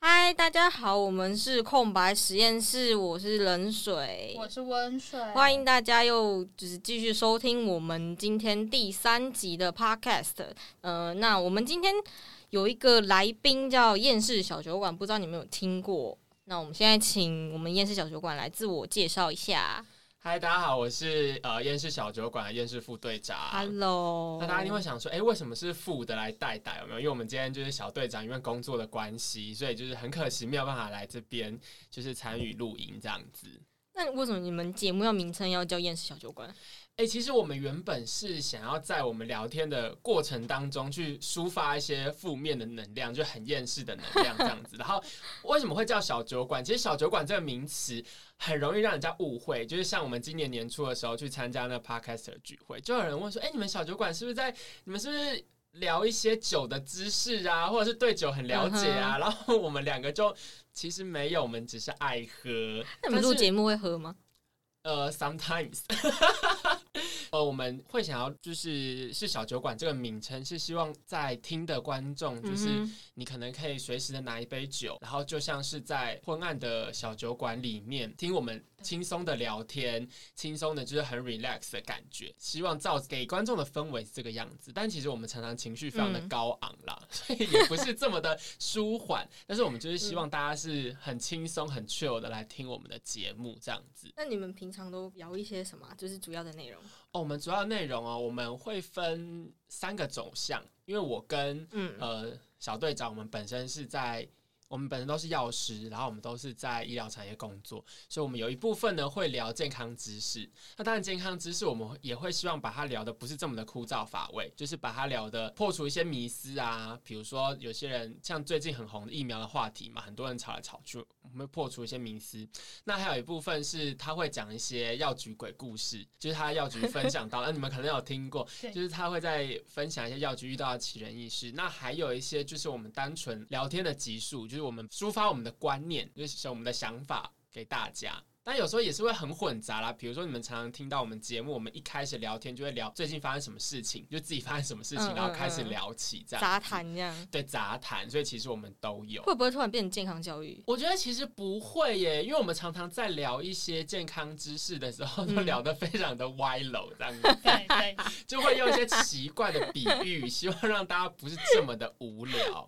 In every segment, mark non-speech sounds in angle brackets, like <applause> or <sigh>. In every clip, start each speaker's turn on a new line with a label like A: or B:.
A: 嗨，大家好，我们是空白实验室，我是冷水，
B: 我是温水，
A: 欢迎大家又就是继续收听我们今天第三集的 podcast。呃，那我们今天有一个来宾叫厌世小酒馆，不知道你们有听过？那我们现在请我们厌世小酒馆来自我介绍一下。
C: 嗨，大家好，我是呃厌世小酒馆的厌世副队长。
A: Hello，
C: 那大家一定会想说，哎、为什么是副的来代打？有没有？因为我们今天就是小队长，因为工作的关系，所以就是很可惜没有办法来这边，就是参与录音这样子。
A: 那为什么你们节目要名称要叫厌世小酒馆？
C: 哎、其实我们原本是想要在我们聊天的过程当中去抒发一些负面的能量，就很厌世的能量这样
A: <laughs>
C: 子。然后为什么会叫小酒馆？其实小酒馆这个名词很容易让人家误会，就是像我们今年年初的时候去参加那个 podcaster 聚会，就有人问说：“哎、你们小酒馆是不是在？你们是不是？”聊一些酒的知识啊，或者是对酒很了解
A: 嗯
C: 啊然后我们两个就其实没有，我们只是爱喝。
A: 那你们录
C: 但是
A: 节目会喝吗？
C: 呃，sometimes，呃，我们会想要就是是小酒馆这个名称，是希望在听的观众，就是
A: 嗯哼
C: 你可能可以随时的拿一杯酒，然后就像是在昏暗的小酒馆里面听我们轻松的聊天，轻松的就是很 relax 的感觉，希望造给观众的氛围是这个样子。但其实我们常常情绪非常的
A: 嗯
C: 高昂啦， <laughs> 所以也不是这么的舒缓，但是我们
A: 嗯
C: 就是希望大家是很轻松、很 chill 的来听我们的节目这样子。
A: 那你们平常都聊一些什么啊？就是主要的内容。
C: 哦，我们主要内容哦，我们会分三个走向，因为我跟
A: 嗯
C: 呃小队长，我们本身是在我们本身都是药师，然后我们都是在医疗产业工作，所以我们有一部分呢会聊健康知识。那当然，健康知识我们也会希望把它聊的不是这么的枯燥乏味，就是把它聊的破除一些迷思啊，比如说有些人像最近很红的疫苗的话题嘛，很多人吵来吵去，我们会破除一些迷思。那还有一部分是他会讲一些药局鬼故事，就是他药局分
A: <laughs>
C: 享到，那、你们可能有听过，
B: 对
C: 就是他会在分享一些药局遇到的奇人异事。那还有一些就是我们单纯聊天的集数，就是我们抒发我们的观念，就是我们的想法给大家。但有时候也是会很混杂啦，比如说你们常常听到我们节目，我们一开始聊天就会聊最近发生什么事情，就自己发生什么事
A: 嗯
C: 情，
A: 嗯
C: 然后开始
A: 嗯
C: 聊起这样
A: 杂
C: 子，
A: 谈这样，
C: 对杂谈，所以其实我们都有。
A: 会不会突然变成健康教育？ <laughs>
C: 我觉得其实不会耶，因为我们常常在聊一些健康知识的时候，
A: 嗯
C: 都聊得非常的歪楼，这样子
B: 对对，
C: 就会用一些奇怪的比喻，希望让大家不是这么的无聊。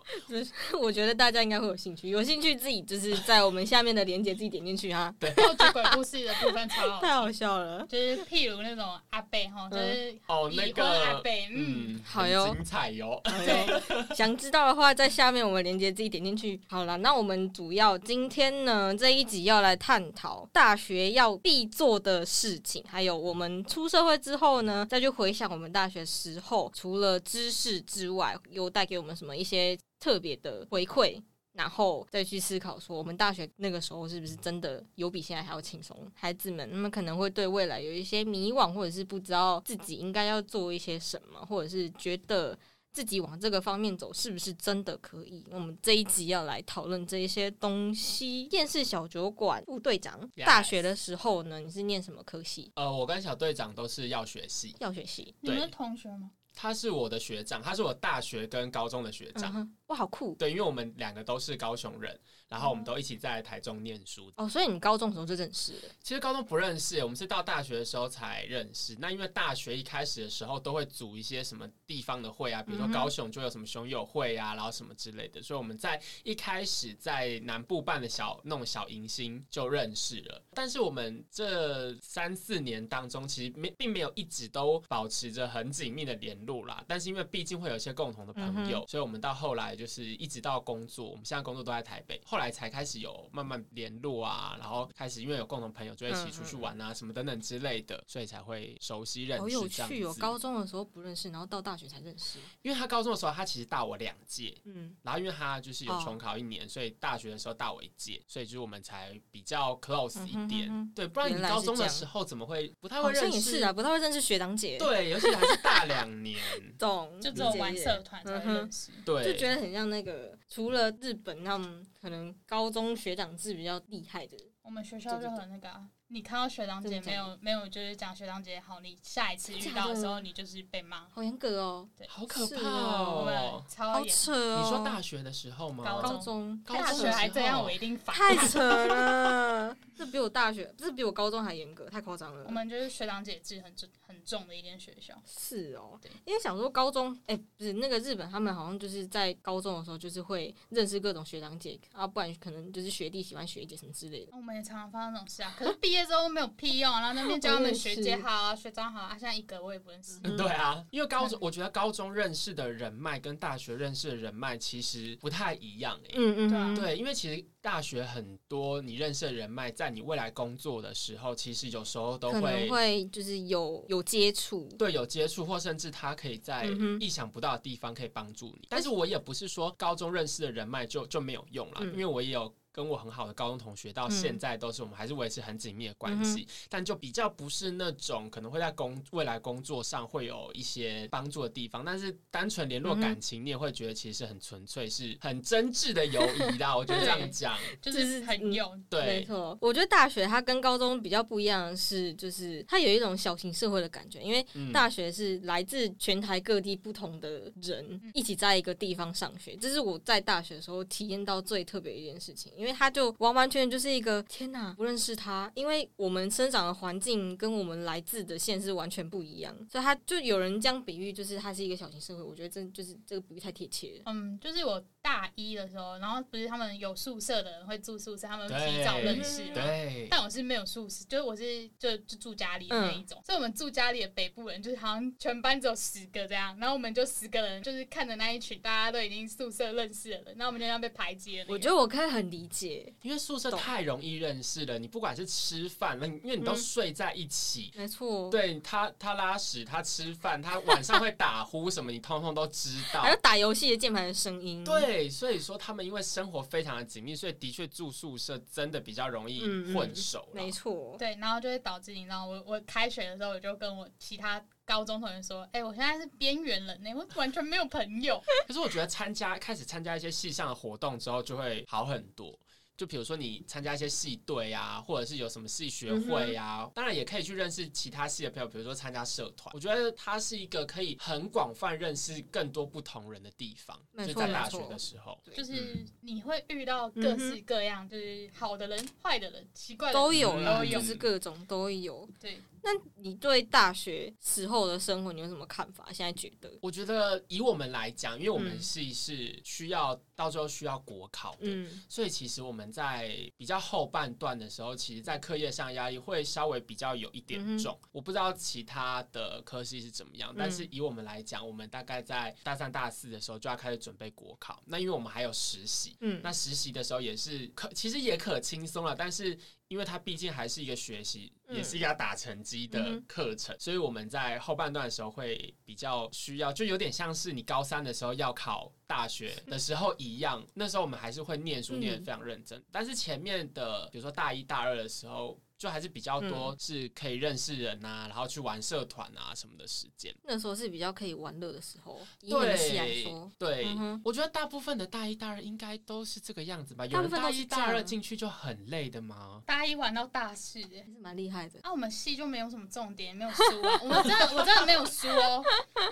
A: 我觉得大家应该会有兴趣，有兴趣自己就是在我们下面的链接自己点进去哈，
B: 破解鬼故事的部分超好
A: 太
B: 笑，
A: 好笑了。
B: 就是譬如那种阿贝哈，就是
C: 哦，那
B: 已婚阿
C: 个，
B: 贝，嗯，
C: 嗯，
A: 好
C: 很
A: 哟
C: 精彩哟。
A: <laughs> 对，想知道的话，在下面我们链接自己点进去。好了，那我们主要今天呢这一集要来探讨大学要必做的事情，还有我们出社会之后呢，再去回想我们大学时候，除了知识之外，又带给我们什么一些特别的回馈。然后再去思考，说我们大学那个时候是不是真的有比现在还要轻松？孩子们，他们可能会对未来有一些迷惘，或者是不知道自己应该要做一些什么，或者是觉得自己往这个方面走是不是真的可以？我们这一集要来讨论这一些东西。电视小酒馆副队长
C: Yes
A: 大学的时候呢，你是念什么科系？
C: 呃，我跟小队长都是药学系，
A: 药学系。
B: 你们是
C: 对
B: 同学吗？
C: 他是我的学长，他是我大学跟高中的学
A: 嗯
C: 长。
A: 哼，哇，好酷
C: 对，因为我们两个都是高雄人，然后我
A: 嗯
C: 们都一起在台中念书，
A: 哦！所以你高中的时候就认识了，
C: 其实高中不认识，我们是到大学的时候才认识。那因为大学一开始的时候都会组一些什么地方的会啊，比如说
A: 嗯哼
C: 高雄就有什么熊友会啊，然后什么之类的，所以我们在一开始在南部办的小那种小迎新就认识了。但是我们这三四年当中，其实没并没有一直都保持着很紧密的联络啦。但是因为毕竟会有一些共同的朋
A: 嗯
C: 友，所以我们到后来就是一直到工作，我们现在工作都在台北，后来才开始有慢慢联络啊，然后开始因为有共同朋友就会一起出去玩啊，什么等等之类的，所以才会熟悉认
A: 嗯好有
C: 识这
A: 趣哦
C: 样！子。
A: 高中的时候不认识，然后到大学才认识。
C: 因为他高中的时候，他其实大我两届，
A: 嗯，
C: 然后因为他就是有
A: 哦
C: 重考一年，所以大学的时候大我一届，所以就是我们才比较 close 一
A: 嗯哼
C: 点。
A: 哼哼
C: 对，不然你
A: 原来是
C: 高中
A: 这
C: 的
A: 样
C: 时候怎么会不太
A: 好
C: 会
A: 像
C: 认
A: 也是
C: 识
A: 啊，？不太会认识学长姐。，
C: 对，尤其还是大两
A: <laughs>
C: 年，嗯
A: 懂，
B: 就只有玩
A: 理解
B: 社团才
A: 嗯
B: 会
A: 哼
B: 认识，
C: 对，
A: 就觉得很像那个，除了日本他们可能高中学长制比较厉害的，
B: 我们学校就很那个啊你看到学长姐
A: 真的假
B: 没
A: 的
B: 有没有就是讲学长姐好，你下一次遇到的时候你就是被骂，
A: 好严格哦，
C: 好可怕
B: 我们
C: 哦！
B: 超
A: 好
B: 严。
A: 扯啊哦。
C: 你说大学的时候吗？
B: 高
A: 高中
C: 高中
B: 大
C: 的时
B: 学
C: 候
B: 还这样，我一定反
A: 太
B: 抗。
A: 扯
B: <laughs>
A: 了，这比我大学，这比我高中还严格，太夸张了
B: 我。们就是学长姐制很重很重的一间学校，
A: 是哦
B: 对，
A: 因为想说高中，哎、不是那个日本，他们好像就是在高中的时候，就是会认识各种学长姐啊，不然可能就是学弟喜欢学姐什么之类的。
B: 我们也常常发生这种事啊。可是毕业之后没有屁用啊，然后那边叫他们学姐好啊、学长好啊，现在一个我也不认识。
C: 嗯对啊，因为高中，我觉得高中认识的人脉跟大学认识的人脉其实不太一样诶、
A: 嗯嗯，
B: 对啊
A: 嗯，
C: 对，因为其实大学很多你认识的人脉，在你未来工作的时候，其实有时候都
A: 可
C: 会
A: 能会就是有有接触，
C: 对有接触，或甚至他可以在
A: 嗯哼
C: 意想不到的地方可以帮助你。但是我也不是说高中认识的人脉就就没有用啦，
A: 嗯
C: 因为我也有。跟我很好的高中同学，到
A: 嗯
C: 现在都是我们还是维持很紧密的关系，但就比较不是那种可能会在工未来工作上会有一些帮助的地方，但是单纯联络
A: 嗯哼
C: 感情，你也会觉得其实很纯粹，是很真挚的友谊
A: <laughs>
C: 啦。我觉得这样讲，
B: 就是很有
A: 没
C: 对，
A: 错。我觉得大学它跟高中比较不一样的是，就是它有一种小型社会的感觉，因为
C: 嗯
A: 大学是来自全台各地不同的人
B: 嗯
A: 一起在一个地方上学，这是我在大学的时候体验到最特别的一件事情，因为他就完完全全就是一个天哪，不认识他，因为我们生长的环境跟我们来自的县是完全不一样，所以他就有人这样比喻，就是他是一个小型社会，我觉得真就是这个比喻太贴切了。
B: 嗯，就是我大一的时候，然后不是他们有宿舍的人会住宿舍，他们
C: 对
B: 提早认识嘛。
C: 对，
B: 但我是没有宿舍，就是我是就就住家里的那一种，
C: 嗯
B: 所以我们住家里的北部人就是好像全班只有十个这样，然后我们就十个人就是看着那一群大家都已经宿舍认识的人，然后我们就像被排挤了。
A: 我觉得我可以很理解，
C: 因为宿舍
A: 懂
C: 太容易认识了，你不管是吃饭，那你因为你都
A: 嗯
C: 睡在一起，
A: 没错，
C: 对他他拉屎，他吃饭，他晚上会打呼什么，你通通都知道
A: 还。有打游戏的键盘的声音，，
C: 对，所以说他们因为生活非常的紧密，所以的确住宿舍真的比较容易
A: 嗯嗯
C: 混熟啦。
A: 没错，
B: 对，然后就会导致你知道，我我开学的时候，我就跟我其他高中同学说，哎、我现在是边缘人呢、我完全没有朋友。
C: 可是我觉得参加开始参加一些系上的活动之后，就会好很多。就比如说你参加一些系队啊，或者是有什么系学
A: 嗯
C: 会啊，当然也可以去认识其他系的朋友，比如说参加社团。我觉得它是一个可以很广泛认识更多不同人的地方，
A: 没
C: 就
A: 错
C: 在大学的时候。
B: 就是你会遇到
A: 嗯
B: 各式各样，就是好的人、坏的人、奇怪的人
A: 都有啦，
B: 都
A: 就
B: 有
A: 是各种都有。
B: 对，
A: 那你对大学时候的生活，你有什么看法？现在觉得，
C: 我觉得以我们来讲，因为我们
A: 嗯
C: 系是需要到最后需要国考的，
A: 嗯，
C: 所以其实我们在比较后半段的时候，其实在课业上压力会稍微比较有一
A: 嗯
C: 点重。我不知道其他的科系是怎么样，但是
A: 嗯
C: 以我们来讲，我们大概在大三、大四的时候就要开始准备国考。那因为我们还有实习，
A: 嗯
C: 那实习的时候也是可其实也可轻松了，但是因为它毕竟还是一个学习，
A: 嗯
C: 也是一个要打成绩
A: 嗯
C: 的
A: 哼
C: 课程，所以我们在后半段的时候会比较需要，就有点像是你高三的时候要考大学的时候一样，那时候我们还是会念书
A: 嗯
C: 念得非常认真，但是前面的比如说大一大二的时候。就还是比较
A: 嗯
C: 多是可以认识人呐、然后去玩社团啊什么的时间。
A: 那时候是比较可以玩乐的时候，以你的戏来
C: 对
A: 说，
C: 对，
A: 嗯哼
C: 我觉得大部分的大一、大二应该都是这个样子吧。有
A: 大部
C: 人
A: 分
C: 大
A: 都是
C: 一、
A: 这样啊
C: 大二进去就很累的吗？
B: 大一玩到大四、欸。
A: 还是蛮厉害的。
B: 啊，我们系就没有什么重点，没有书啊，我们真的我真的没有书哦，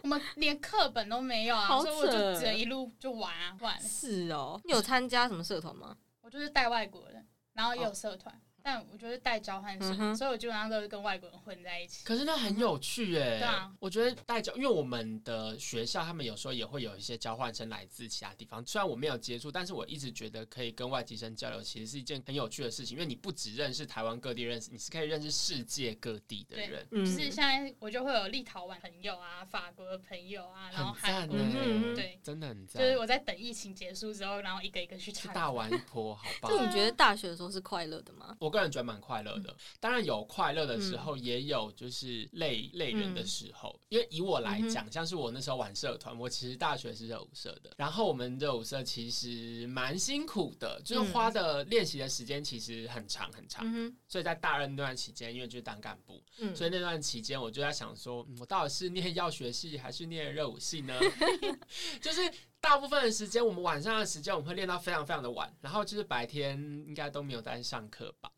B: 我们连课本都没有啊，
A: 好
B: 所以我就
A: 扯
B: 只能一路就玩啊玩，
A: 是哦，你有参加什么社团吗？
B: 我就是带外国人，然后也有社团，但我就是带交换生，
A: 哦嗯哼
B: 所以我基本上都是跟外国人混在一起。
C: 可是那
A: 嗯
C: 很有趣耶、
B: 对啊
C: 我觉得带交，因为我们的学校他们有时候也会有一些交换生来自其他地方。虽然我没有接触，但是我一直觉得可以跟外籍生交流，其实是一件很有趣的事情。因为你不只认识台湾各地认识，你是可以认识世界各地的
B: 对
C: 人。
A: 嗯
B: 就是现在我就会有立陶宛朋友啊、法国的朋友啊，然后
C: 很
B: 韩
C: 赞
B: 国
C: 耶
A: 嗯哼嗯哼
B: 对，
C: 真的很赞，
B: 就是我在等疫情结束之后，然后一个一个去
C: 去
B: 查。
C: 大玩一波，
A: <laughs>
C: 好棒！
A: 就你觉得大学的时候是快乐的吗？
C: 我个人觉得蛮快乐
A: 嗯
C: 的，当然有快乐的时候，也有就是累累人
A: 嗯
C: 的时候。因为以我来讲，像是我那时候玩社团，我其实大学是热舞社的，然后我们热舞社其实蛮辛苦的，就是花的练习的时间其实很长很长。
A: 嗯
C: 所以在大二那段期间，因为就是当干部，
A: 哼，嗯，
C: 所以那段期间 <laughs> 我就在想说，嗯我到底是念药学系还是念热舞系呢？就是大部分的时间，我们晚上的时间我们会练到非常非常的晚，然后就是白天应该都没有在上课吧，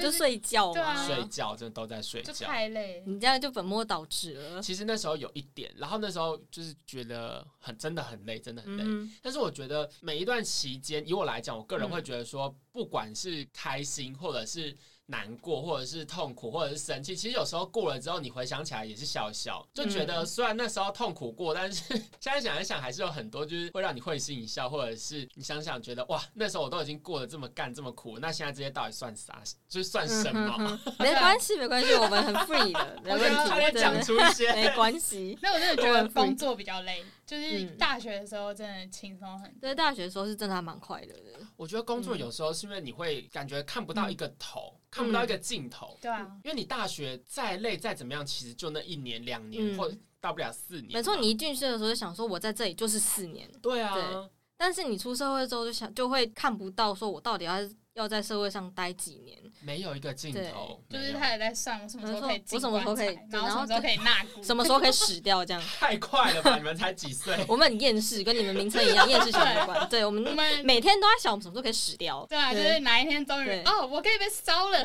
A: 就睡觉
B: 对
A: 嘛
B: 啊，
C: 睡觉真的都在睡
B: 就
C: 觉。
B: 太累。
A: 你这样就本末倒置了。
C: 其实那时候有一点，然后那时候就是觉得很真的很累，真的很累。
A: 嗯
C: 但是我觉得每一段期间，以我来讲，我个人会觉得说，
A: 嗯
C: 不管是开心，或者是难过，或者是痛苦，或者是生气，其实有时候过了之后，你回想起来也是笑笑，就觉
A: 嗯
C: 得虽然那时候痛苦过，但是 <laughs> 现在想一想，还是有很多就是会让你会心一笑，或者是你想想觉得哇，那时候我都已经过得这么干这么苦，那现在这些到底算啥？就是算什么？
A: 嗯哼哼没关系，没关系，我们很 free
C: <laughs>
A: 的，没
C: 我觉得
A: 问
C: 差
A: 题，
C: 点讲
A: 对
C: 出一些
A: 对，没关系。
B: 那我真的
A: <laughs>
B: 觉得工作比较累，就是
A: 嗯
B: 大学的时候真的轻松很多。
A: 在大学的时候是真的还蛮快乐的，
C: 我觉得工
A: 嗯
C: 作有时候是因为你会感觉看不到一个头，看
A: 嗯
C: 不到一个尽头。
B: 对啊，
C: 因为你大学再累再怎么样，其实就那一年、两年，
A: 嗯
C: 或大不了四年嘛。
A: 没错。你一进去的时候就想说，我在这里就是四年，
C: 对啊，
A: 对但是你出社会之后就想，就会看不到说我到底要要在社会上待几年。
C: 没有一个尽头，
B: 就
C: 没
B: 是
C: 有
B: 他也在算我什么时候可以进
A: 我什么时候可以
B: 棺材然后什么时候可以纳骨，
A: 什么时候可以死掉？
C: <laughs>
A: 这样，
C: 太快了吧？你们才
A: <laughs>
C: 几岁？
A: 我们很厌世，跟你们名称一样，厌世小旅
C: <laughs>
A: 馆。对，我
B: 我
A: 们
B: 们
A: 每天都在想我们什么时候可以死掉。
B: 对啊，就是哪一天终于
A: 对
B: 哦，我可以被烧了，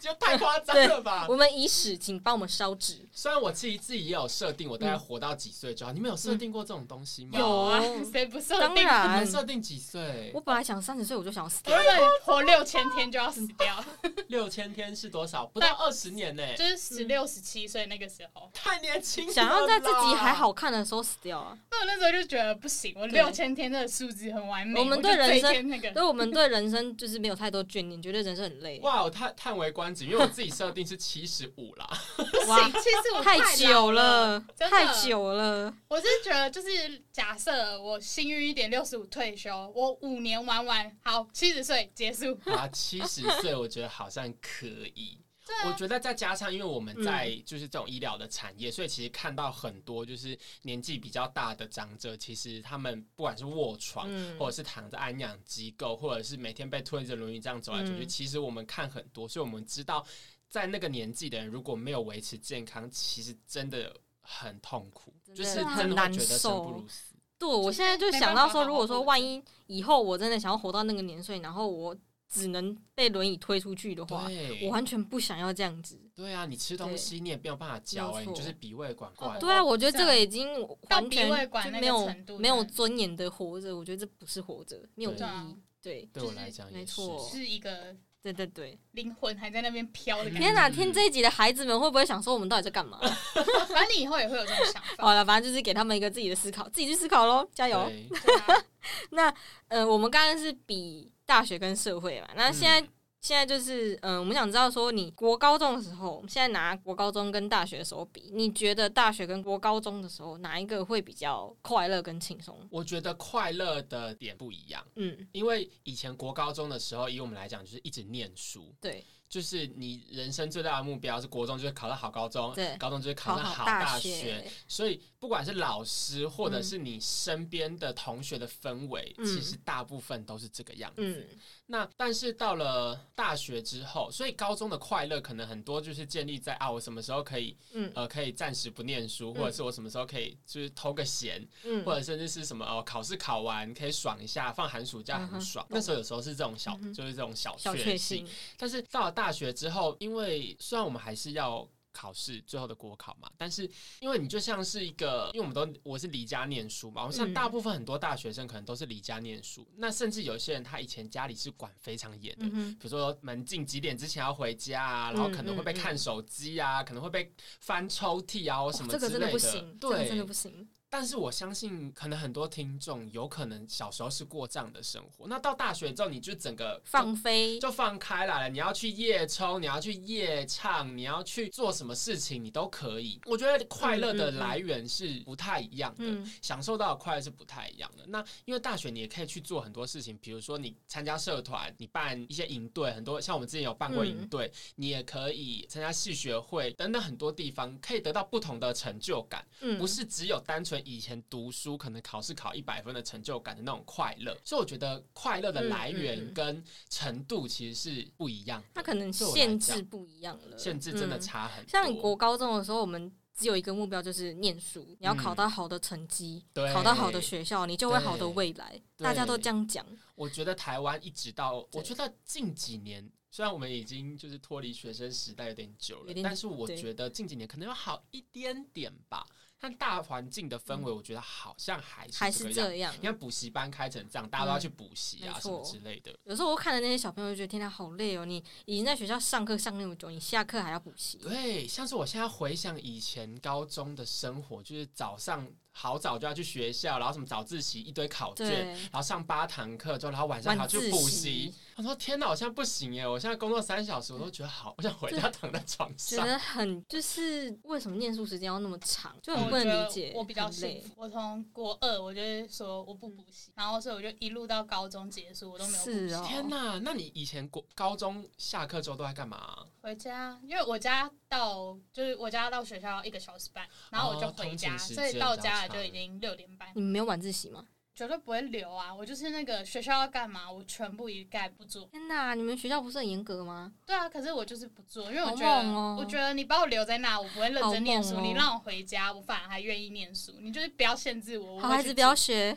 C: 就太夸张了吧？
A: 我们已死，请帮我们烧
C: <laughs>
A: 纸。
C: 虽然我自己自己也有设定，我大概活到几岁就好。你们有设定过这种东西吗？
A: 嗯有
B: 啊
A: 哦，
B: 谁不设
A: 当
B: 定？
C: 你
A: 然
C: 们，设定几岁
A: 我？本来想三十岁我就想要死掉
C: <laughs>
B: 原，本活六千天就要死掉，
C: 六千天是多少？不到二十年呢、
B: 就是十六、十七岁那个时候。
C: 太年轻了啦。
A: 想要在自己还好看的时候死掉啊。
B: 那我那时候就觉得不行，我
A: 对
B: 六千天的数字很完美，
A: 我们对
B: 就
A: 人生
B: 这一天那个
A: 所以我们对人生就是没有太多眷恋，觉得人生很累。
C: 哇，我叹叹为观止，因为我自己设定是七十五啦。
A: <laughs>
B: 不行，其实我
A: 太
B: 老
A: 久了，
B: 真的
A: 太久了。
B: 我是觉得，就是假设我幸运一点，六十五退休，我五年玩完，好，七十岁结束。
C: 啊，七十岁我觉得好像可以。
B: 对
C: 我
B: 啊，
C: 觉得再加上，因为我们在
A: 嗯
C: 就是这种医疗的产业，所以其实看到很多就是年纪比较大的长者，其实他们不管是卧床，
A: 嗯
C: 或者是躺在安养机构，或者是每天被推着轮椅这样走来走去，
A: 嗯
C: 其实我们看很多，所以我们知道，在那个年纪的人如果没有维持健康，其实真的很痛苦，
A: 真的
C: 就是
B: 很
C: 真的会
A: 难
C: 觉得生不
A: 受
C: 如死。
A: 对，我现在就想到说，如果说万一以后我真的想要活到那个年岁，然后我只能被轮椅推出去的话，我
C: 对，
A: 完全不想要这样子。
C: 对啊，你吃东
A: 对
C: 西你也没有办法嚼、
A: 没
C: 哎，你
A: 错
C: 就是鼻胃管管。
A: 对啊，我觉得这个已经
B: 到
A: 完
B: 鼻
A: 全
B: 胃管
A: 就
B: 那
A: 没
B: 个
A: 有
B: 程度，
A: 没有尊严的活着，我觉得这不是活着，没有意
C: 对
B: 啊
A: 义。对，
C: 对我来讲
A: 就是
C: 也是，
A: 没错
B: 是一个
A: 对对对。
B: 灵魂还在那边飘的感觉。
A: 天哪，
C: 嗯
A: 听这一集的孩子们会不会想说我们到底在干嘛？嗯
B: 反正你以后也会有这种想法。
A: <laughs> 好了，反正就是给他们一个自己的思考，自己去思考喽，加油！
C: 对
B: 对啊
A: 呃，我们刚刚是比大学跟社会嘛，那现在、
C: 嗯
A: 现在就是，嗯、我们想知道说，你国高中的时候，我们现在拿国高中跟大学的时候比，你觉得大学跟国高中的时候哪一个会比较快乐跟轻松？
C: 我觉得快乐的点不一样，
A: 嗯，
C: 因为以前国高中的时候，以我们来讲就是一直念书，
A: 对，
C: 就是你人生最大的目标是国中就是考到好高中，
A: 对
C: 高中就是
A: 考
C: 考上好
A: 大
C: 大学。，所以不管是老师或者是你身边的同学的氛围，
A: 嗯
C: 其实大部分都是这个样子。
A: 嗯，
C: 那但是到了大学之后，所以高中的快乐可能很多就是建立在啊，我什么时候可以
A: 嗯
C: 呃可以暂时不念书，或者是我什么时候可以就是偷个闲，
A: 嗯，
C: 或者甚至是什么哦，考试考完可以爽一下，放寒暑假
A: 嗯哼
C: 很爽。那时候有时候是这种小
A: 嗯，哼
C: 就是这种小
A: 小
C: 确
A: 确
C: 幸
A: 幸。，
C: 但是到了大学之后，因为虽然我们还是要。考试最后的国考嘛，但是因为你就像是一个，因为我们都我是离家念书嘛，我像
A: 嗯
C: 大部分很多大学生可能都是离家念书，那甚至有些人他以前家里是管非常严的，
A: 嗯哼，
C: 比如说门禁几点之前要回家啊，然后可能会被
A: 嗯嗯嗯
C: 看手机啊，可能会被翻抽屉啊，或什么
A: 哦这
C: 之
A: 个
C: 类
A: 真的不行，这
C: 对，
A: 个真的不行，
C: 但是我相信，可能很多听众有可能小时候是过这样的生活，那到大学之后，你就整个
A: 放飞，
C: 就放开来了。你要去夜冲，你要去夜唱，你要去做什么事情，你都可以。我觉得快乐的来源是不太一样的，
A: 嗯
C: 享受到的快乐是不太一样的。那因为大学你也可以去做很多事情，比如说你参加社团，你办一些营队，很多像我们之前有办过
A: 嗯
C: 营队，你也可以参加戏学会等等很多地方，可以得到不同的成就感。
A: 嗯，
C: 不，是只有单纯以前读书可能考试考一百分的成就感的那种快乐，所以我觉得快乐的来
A: 嗯嗯
C: 源
A: 嗯
C: 跟程度其实是不一样的。
A: 它可能
C: 对我来
A: 限
C: 讲
A: 制不一样了，
C: 限制真的
A: 嗯
C: 差很多。
A: 像你国高中的时候，我们只有一个目标，就是念书，你要考到好的成绩，
C: 对
A: 考到好的学校，你就会好的未来。
C: 对
A: 大家都这样讲，
C: 我觉得台湾一直到，
A: 对
C: 我觉得近几年，虽然我们已经就是脱离学生时代有点久了
A: 有，点
C: 但是我
A: 对
C: 觉得近几年可能要好一点点吧。但大环境的氛围，我觉得好像还
A: 嗯还
C: 是这
A: 是
C: 个样。
A: 这样嗯
C: 你。看补习班开成这样，大家都要去补习啊
A: 没
C: 什
A: 错
C: 么之类的。
A: 有时候我看了那些小朋友，就觉得天哪，好累哦！你已经在学校上课上那么久，你下课还要补习，
C: 对，像是我现在回想以前高中的生活，就是早上好早就要去学校，然后什么早自习一堆考卷，
A: 对，
C: 然后上八堂课之后，然后晚上还要
A: 晚
C: 去
A: 自
C: 补
A: 习
C: 习。，我说天哪，我现在不行耶！我现在工作三小时，我都觉得好，我想回家躺在床
A: 觉
C: 上。
A: 得很就是为什么念书时间要那么长，就很
B: 我
A: 不
B: 觉
A: 能
B: 得
A: 理解。
B: 哦啊我比较
A: 很
B: 幸
A: 累，
B: 福，我从国二我就是说我不补习，然后所以我就一路到高中结束我都没有补习
A: 是哦，
C: 天哪，那你以前国高中下课之后都在干嘛？啊
B: 回家，因为我家到就是我家到学校一个小时半，然后我就回家，
C: 哦通勤时间
B: 所以到家了
C: 比较长
B: 就已经六点半，
A: 你们没有晚自习吗？
B: 绝对不会留啊！我就是那个学校要干嘛，我全部一概不做。
A: 天哪，你们学校不是很严格吗？
B: 对啊，可是我就是不做，因为我
A: 好
B: 觉得，
A: 猛哦
B: 我觉得你把我留在那，我不会认真念
A: 好
B: 书。
A: 猛哦
B: 你让我回家，我反而还愿意念书。你就是不要限制我，我
A: 好
B: 会
A: 孩子
B: 去做
A: 不 <laughs> 要学，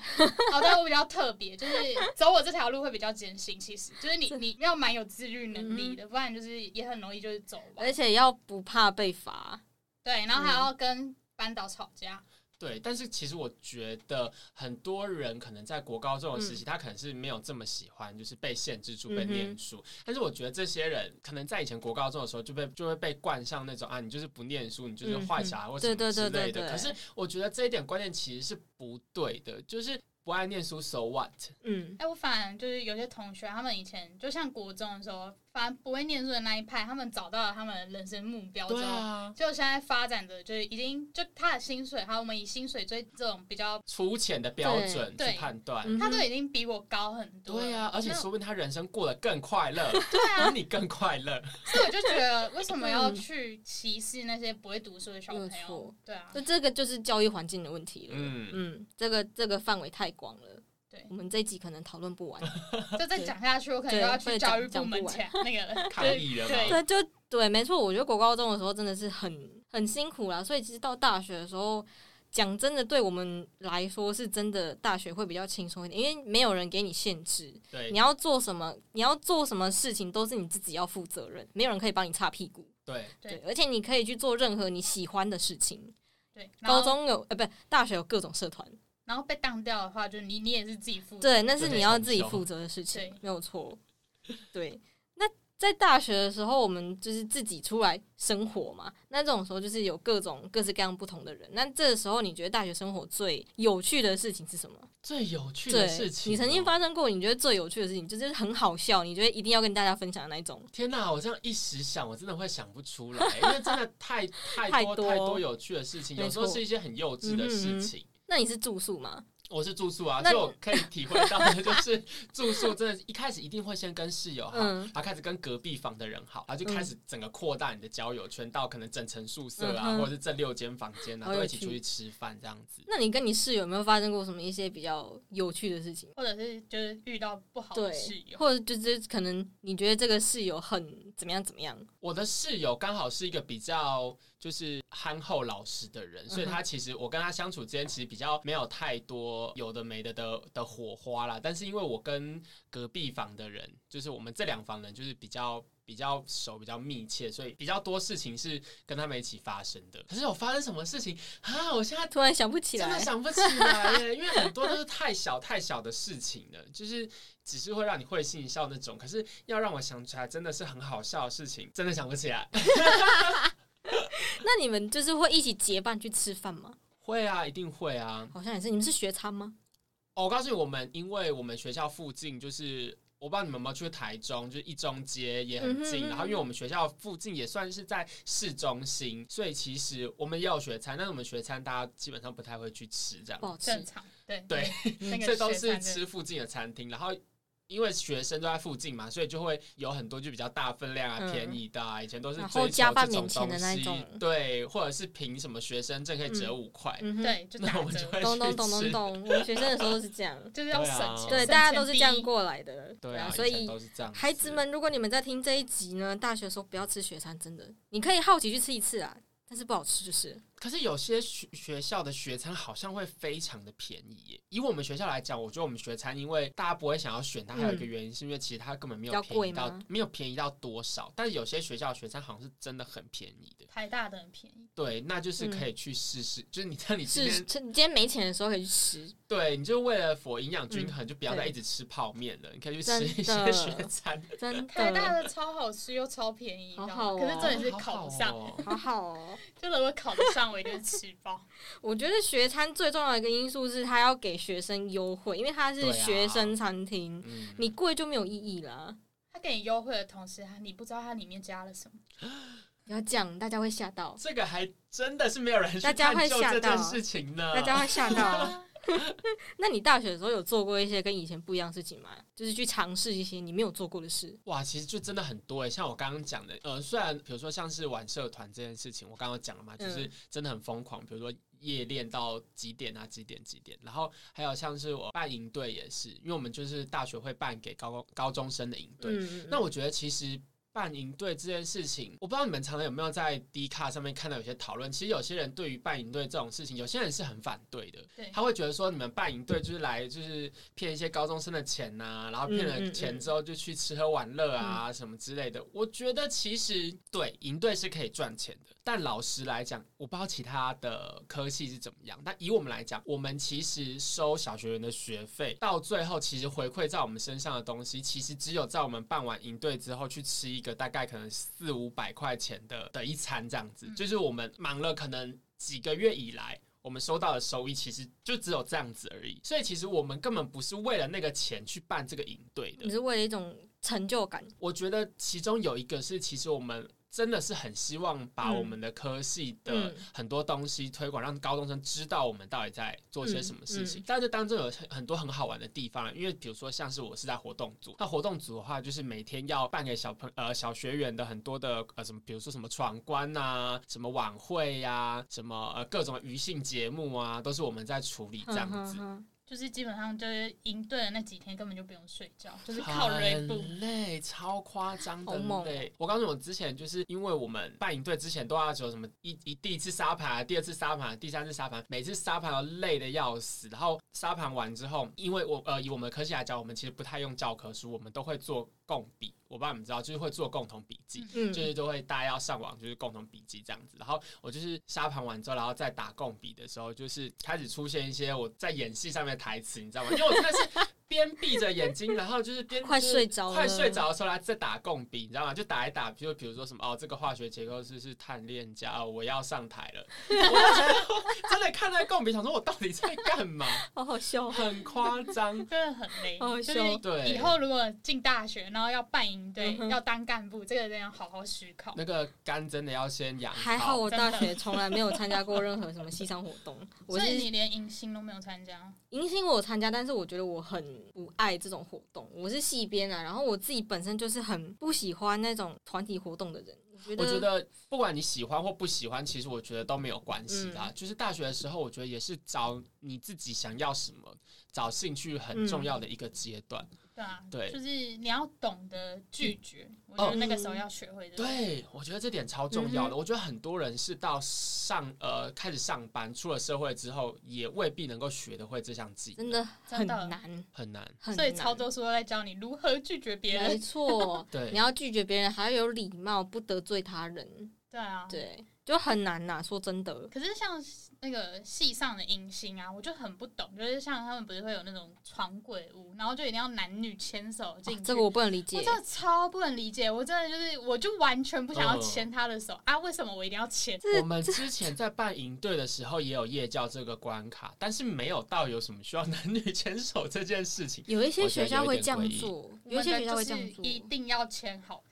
B: 哦，对，我比较特别，就是走我这条路会比较艰辛。其实就是你你要蛮有自律能力的，不然就是也很容易就是走
A: 嗯
B: 歪
A: 而。且要不怕被罚。
B: 对，然后还要跟班导吵架。
C: 对，但是其实我觉得很多人可能在国高中的时期，他可能是没有这么喜欢，就是被限制住、
A: 嗯
C: 被
A: 嗯哼
C: 念书。但是我觉得这些人可能在以前国高中的时候就被就会被冠上那种啊，你就是不念书，你就是坏小孩或
A: 嗯
C: 什
A: 对
C: 么
A: 对
C: 之
A: 对
C: 类
A: 对
C: 的。
A: 对
C: 可是我觉得这一点观念其实是不对的，就是不爱念书，so what？
A: 嗯，
B: 哎、我反而就是有些同学，他们以前就像国中的时候，反正不会念书的那一派，他们找到了他们的人生目标之
C: 对
B: 后，
C: 啊，
B: 就现在发展的就是已经就他的薪水，还有我们以薪水追这种比较，
C: 粗浅的标准去
B: 对
C: 判断。
A: 嗯
B: 他都已经比我高很多了。
C: 对啊，而且
B: 那
C: 说不定他人生过得更快乐，
B: 对啊，
C: 比你更快乐。
B: 所以我就觉得，为什么要
A: 嗯
B: 去歧视那些不会读书的小朋
A: 没
B: 友
A: 错？
B: 对啊，
A: 那这个就是教育环境的问题了。嗯
C: 嗯，。
A: 这个这个范围太广了，
B: 对
A: <laughs> 我们这一集可能讨论不完。
B: 就再讲下去，我可能
A: 对
B: 又要去
A: 会
B: 教
A: 讲
B: 育部门
A: 讲不
B: 前
A: <laughs>
B: 那个了
C: 抗议了
B: 对
C: 嘛。
A: 对，就对，没错。我觉得国高中的时候真的是很很辛苦啦，所以其实到大学的时候，讲真的，对我们来说是真的大学会比较轻松一点，因为没有人给你限制，
C: 对
A: 你要做什么，你要做什么事情都是你自己要负责任，没有人可以帮你擦屁股。
C: 对
B: 对
A: 对，而且你可以去做任何你喜欢的事情。
B: 对，然后
A: 高中有呃，不，大学有各种社团，
B: 然后被当掉的话，就是你你也是自己负责。
A: 对，那是
C: 就得
A: 你要
C: 重
A: 自己
C: 修
A: 负责的事情
B: 对，
A: 没有错。对，那在大学的时候，我们就是自己出来生活嘛。那这种时候就是有各种各式各样不同的人。那这个时候，你觉得大学生活最有趣的事情是什么？
C: 最有趣
A: 对
C: 的事，情哦，
A: 你曾经发生过你觉得最有趣的事情，就是很好笑，你觉得一定要跟大家分享的那一种。
C: 天哪！我这样一时想，我真的会想不出来，因为真的太
A: <laughs>
C: 太
A: 太
C: 多
A: 多
C: 太多有趣的事情，
A: 没
C: 有时候
A: 错
C: 是一些很幼稚的
A: 嗯哼嗯
C: 事
A: 哼
C: 情。
A: 那你是住宿吗？
C: 我是住宿啊，
A: 那
C: 所以我可以体会
A: <laughs>
C: 到的就是住宿真的，一开始一定会先跟室友好，
A: 嗯
C: 然后开始跟隔壁房的人好，然后就开始整个扩大你的交友圈，到可能整层宿舍啊，
A: 嗯哼
C: 或者是这六间房间啊，
A: 好有
C: 都一起
A: 趣
C: 出去吃饭这样子。
A: 那你跟你室友有没有发生过什么一些比较有趣的事情？
B: 或者是就是遇到不好的
A: 对
B: 室，友，
A: 或者就是可能你觉得这个室友很怎么样怎么样？
C: 我的室友刚好是一个比较就是憨厚老实的人，所以他其实我跟他相处之间其实比较没有太多有的没的的的火花啦。但是因为我跟隔壁房的人，就是我们这两房人就是比较。比较熟、比较密切，所以比较多事情是跟他们一起发生的。可是有发生什么事情啊？我现在
A: 突然想不起
C: 真的
A: 来，
C: 想不起来耶，因为很多都是太小太小的事情了，就是只是会让你会心一笑那种。可是要让我想起来，真的是很好笑的事情，真的想不
A: <laughs>
C: 起来。
A: 那你们就是会一起结伴去吃饭吗？
C: 会啊，一定会啊。
A: 好像也是，你们是学餐吗？
C: 哦我告诉你，我们因为我们学校附近就是。我不知道你们有没有去台中，就是一中街也很近。
A: 嗯哼
C: 然后，因为我们学校附近也算是在市中心，所以其实我们也有学餐，但是我们学餐大家基本上不太会去吃这样
A: 不。好吃
B: 正，常对
C: 对，
B: 那
C: 这
B: 个
C: 都
B: 学
C: 是
B: 餐的
C: 吃附近的餐厅，然后。因为学生都在附近嘛，所以就会有很多就比较大分量啊、
A: 嗯
C: 便宜的啊。以前都是
A: 然
C: 追
A: 后
C: 求
A: 加
C: 这
A: 饭
C: 种
A: 免钱的
C: 东
A: 那
C: 西
A: 种
C: 对，或者是凭什么学生证可以折五块，
A: 嗯哼，
C: <laughs>
B: 对就打
C: 那我们就
B: 折，
C: 会
A: 懂懂
C: 去
A: 懂懂
C: 吃。
A: 懂，我们学生的时候都是这
C: <laughs>
A: 样，
B: 就是要
C: 对啊
B: 省钱，
A: 对，
B: 省
A: 大家
B: 钱
A: 都是
B: 逼
A: 这样过来的，
C: 对啊，以
A: 所
C: 前
A: 以
C: 都是这样。
A: 孩子，们，如果你们在听这一集呢，大学的时候不要吃学餐，真的，你可以好奇去吃一次啊，但是不好吃就是了，
C: 可是有些学学校的学餐好像会非常的便宜耶。以我们学校来讲，我觉得我们学餐，因为大家不会想要选它，还有一个原因是因为其实它根本
A: 嗯比
C: 没有
A: 较
C: 便
A: 贵
C: 宜到
A: 吗
C: 没有便宜到多少。但是有些学校的学餐好像是真的很便宜的。
B: 台大的很便宜，
C: 对，那就是
A: 嗯
C: 可以去试试，就是你在你今
A: 是，
C: 天
A: 是你今天没钱的时候可以去吃，
C: 对，你就为了否营养均衡，就不要
A: 嗯
C: 再
A: 对
C: 一直吃泡面了，你可以去吃一
A: 真
C: 些
A: 的
C: 学
A: <laughs>
C: 餐，
A: 真
B: 台大
A: 的
B: 的超好吃又超便宜，你知道吗
A: 好好哦
B: 可是重点是
C: 好
B: 考
C: 好
B: 不上，
A: <laughs>
C: 哦
A: 好好哦。
B: 就如果考得上，我一定会吃饱。
A: 我觉得学餐最重要的一个因素是它要给学生优惠，因为它
C: 对
A: 是
C: 啊
A: 学生餐厅，
C: 嗯，
A: 你贵就没有意义啦。
B: 他给你优惠的同时，他你不知道它里面加了什么，
A: 不要讲，大家会吓
C: <laughs>
A: 到，
C: 这个还真的是没有人去
A: 大家
C: 探
A: 会
C: 究
A: 吓
C: 这件
A: 到
C: 事情呢。
A: 大家会吓到。 <laughs>
C: 啊
A: 那你大学的时候有做过一些跟以前不一样的事情吗？就是去尝试一些你没有做过的事。
C: 哇，其实就真的很多诶，像我刚刚讲的，呃，虽然比如说像是玩社团这件事情，我刚刚讲了嘛，
A: 嗯
C: 就是真的很疯狂，比如说夜练到几点啊，几点几点，然后还有像是我办营队也是，因为我们就是大学会办给高高中生的营队，
A: 嗯，
C: 那我觉得其实办营队这件事情，我不知道你们常常有没有在 D 卡上面看到有些讨论。其实有些人对于办营队这种事情，有些人是很反对的。
B: 对
C: 他会觉得说你们办营队就是来就是骗一些高中生的钱呐、然后骗
A: 嗯嗯
C: 了
A: 嗯
C: 钱之后就去吃喝玩乐啊、什么之类的。我觉得其实对营队是可以赚钱的，但老实来讲，我不知道其他的科系是怎么样。但以我们来讲，我们其实收小学员的学费，到最后其实回馈在我们身上的东西，其实只有在我们办完营队之后去吃一个大概可能四五百块钱的的一餐这样子，
B: 嗯
C: 就是我们忙了可能几个月以来。我们收到的收益其实就只有这样子而已，所以其实我们根本不是为了那个钱去办这个营队的
A: 你，是为了一种成就感，
C: 我觉得其中有一个是，其实我们真的是很希望把
A: 嗯
C: 我们的科系的
A: 嗯
C: 很多东西推广，让高中生知道我们到底在做些什么事
A: 嗯
C: 情。但是当中有很很多很好玩的地方，因为比如说像是我是在活动组，那活动组的话，就是每天要办给小朋呃小学员的很多的呃什么，比如说什么闯关啊，什么晚会呀、什么呃各种娱性节目啊，都是我们在处理这样
A: 嗯哼
C: 子。
A: 哼
B: 就是基本上就是营队的那几天根本就不用睡觉，就是靠 r 步。
C: 很累，超夸张的
A: 好猛哦
C: 累。我告诉你，我之前就是因为我们办营队之前都要有什么一一第一次沙盘、啊，第二次沙盘啊、第三次沙盘，每次沙盘都累的要死。然后沙盘完之后，因为我呃以我们的科系来讲，我们其实不太用教科书，我们都会做共笔。我不知道你们知道，就是会做共同笔记。
A: 哼，
C: 就
A: 嗯，
C: 是都会大家要上网，就是共同笔记这样子。然后我就是沙盘完之后，然后再打共笔的时候，就是开始出现一些我在演戏上面的台词，你知道吗？因为我真的是边闭着眼睛，然后就是边
A: 快
C: 就是
A: 睡着了
C: 快睡着的时候，然后再打共笔，你知道吗？就打一打，就比如说什么哦，这个化学结构式是碳链加，哦我要上台了。 <laughs> 我那时候真的看那共笔，想说我到底在干嘛？
A: 好好笑。
C: 很夸张。
B: 真的很累，
A: 好好
B: 就
A: 笑
B: 是
C: 对
B: 以后如果进大学，然后要办营队
A: 嗯，哼
B: 要当干部，这个真的要好好思考。
C: 那个肝真的要先养
A: 还好我大
B: 真
A: 学从来没有参加过任何什么西商活动，我
B: 所以
A: 是
B: 你连迎新都没有参加，
A: 迎新我有参加，但是我觉得我很不爱这种活动，我是系编啊，然后我自己本身就是很不喜欢那种团体活动的人，我觉得
C: 我觉得不管你喜欢或不喜欢，其实我觉得都没有关系
A: 嗯
C: 啦。就是大学的时候，我觉得也是找你自己想要什么，找兴趣
A: 嗯
C: 很重要的一个阶段。
B: 对啊，
C: 对嗯哦
B: 就是你要懂得拒绝，我觉得那个时候要学会的。，
C: 对，我觉得这点超重
A: 嗯
C: 要的。我觉得很多人是到上呃开始上班，出了社会之后，也未必能够学得会这项技
A: 真
C: 能，
A: 的
B: 真
A: 很
B: 的
A: 难，
C: 很难。
A: 很
B: 所以
A: 难
B: 超多书都在教你如何拒绝别
A: 没
B: 人。
A: 错，
C: 对
A: 你，要拒绝别人，还要有礼貌，不得罪他人，
B: 对啊，。
A: 对，就很难呐、说真的，
B: 可是像那个戏上的迎新啊，我就很不懂，就是像他们不是会有那种床鬼屋，然后就一定要男女牵手进去、
A: 啊这个我不能理解
B: 我。真的超不能理解，我真的就是，我就完全不想
C: 嗯
B: 要牵他的手、啊！为什么我一定要牵？
C: 我们之前在办营队的时候也有夜教这个关卡，但是没有到有什么需要男女牵手这件事情。
A: 有一些
C: 我觉
A: 学
C: 得
A: 校
C: 有一
A: 会
C: 点
A: 这样
C: 诡异
A: 做，
B: 我
A: 有一
B: 们
A: 些
B: 的
A: 学校
B: 就
A: 会
B: 是
A: 这样做，
B: 一定要牵好，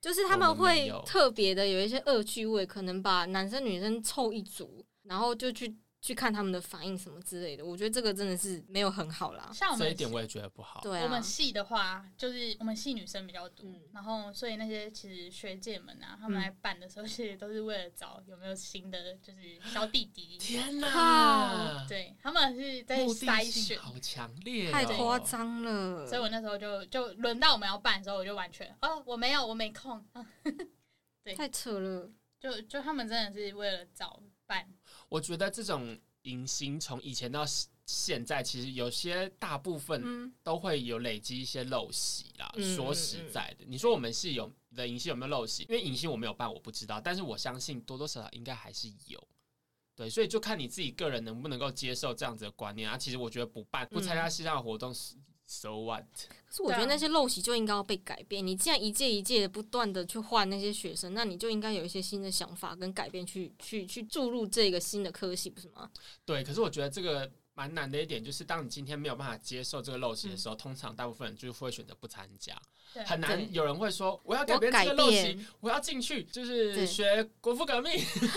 A: 就是他
C: 我
A: 们
C: 们没
A: 会
C: 有
A: 特别的有一些恶趣味，可能把男生女生凑一组，然后就去去看他们的反应什么之类的。我觉得这个真的是没有很好啦。
B: 像我
C: 这一
B: 们
C: 点我也觉得不好。，
A: 对啊，
B: 我们系的话，就是我们系女生比较多，
A: 嗯
B: 然后所以那些其实学姐们啊，他
A: 嗯
B: 们来办的时候，其实都是为了找有没有新的就是小弟弟
C: <laughs> 天
A: 靠
C: 哪！
B: 对他们是在
C: 目
B: 筛
C: 的性
B: 选。
C: 好强烈、哦，
A: 太夸张了。
B: 所以我那时候就就轮到我们要办的时候，我就完全哦，我没有，我没空，啊
A: 太扯了，
B: 就就他们真的是为了找办，
C: 我觉得这种迎新从以前到现在，其实有些大部分
A: 嗯，
C: 都会有累积一些陋习啦。
A: 嗯
C: 说实在的，你说我们系有的迎新有没有陋习？因为迎新我没有办，我不知道，但是我相信多多少少应该还是有。对，所以就看你自己个人能不能够接受这样子的观念啊。其实我觉得不办、不参
A: 嗯
C: 加线上活动，so what？
A: 可是我觉得
B: 对啊
A: 那些陋习就应该要被改变。你既然一届一届的不断的去换那些学生，那你就应该有一些新的想法跟改变去，去去注入这个新的科系，不是吗？
C: 对，可是我觉得这个蛮难的一点就是，当你今天没有办法接受这个陋习的时候，通常大部分人就会选择不参加。
B: 对
C: 很
A: 嗯对
C: 难有人会说我啊要改
A: 我
C: 变
A: 改
C: 这个陋习，
A: 变，
C: 我要进去就
A: 对
C: 是学国父革命。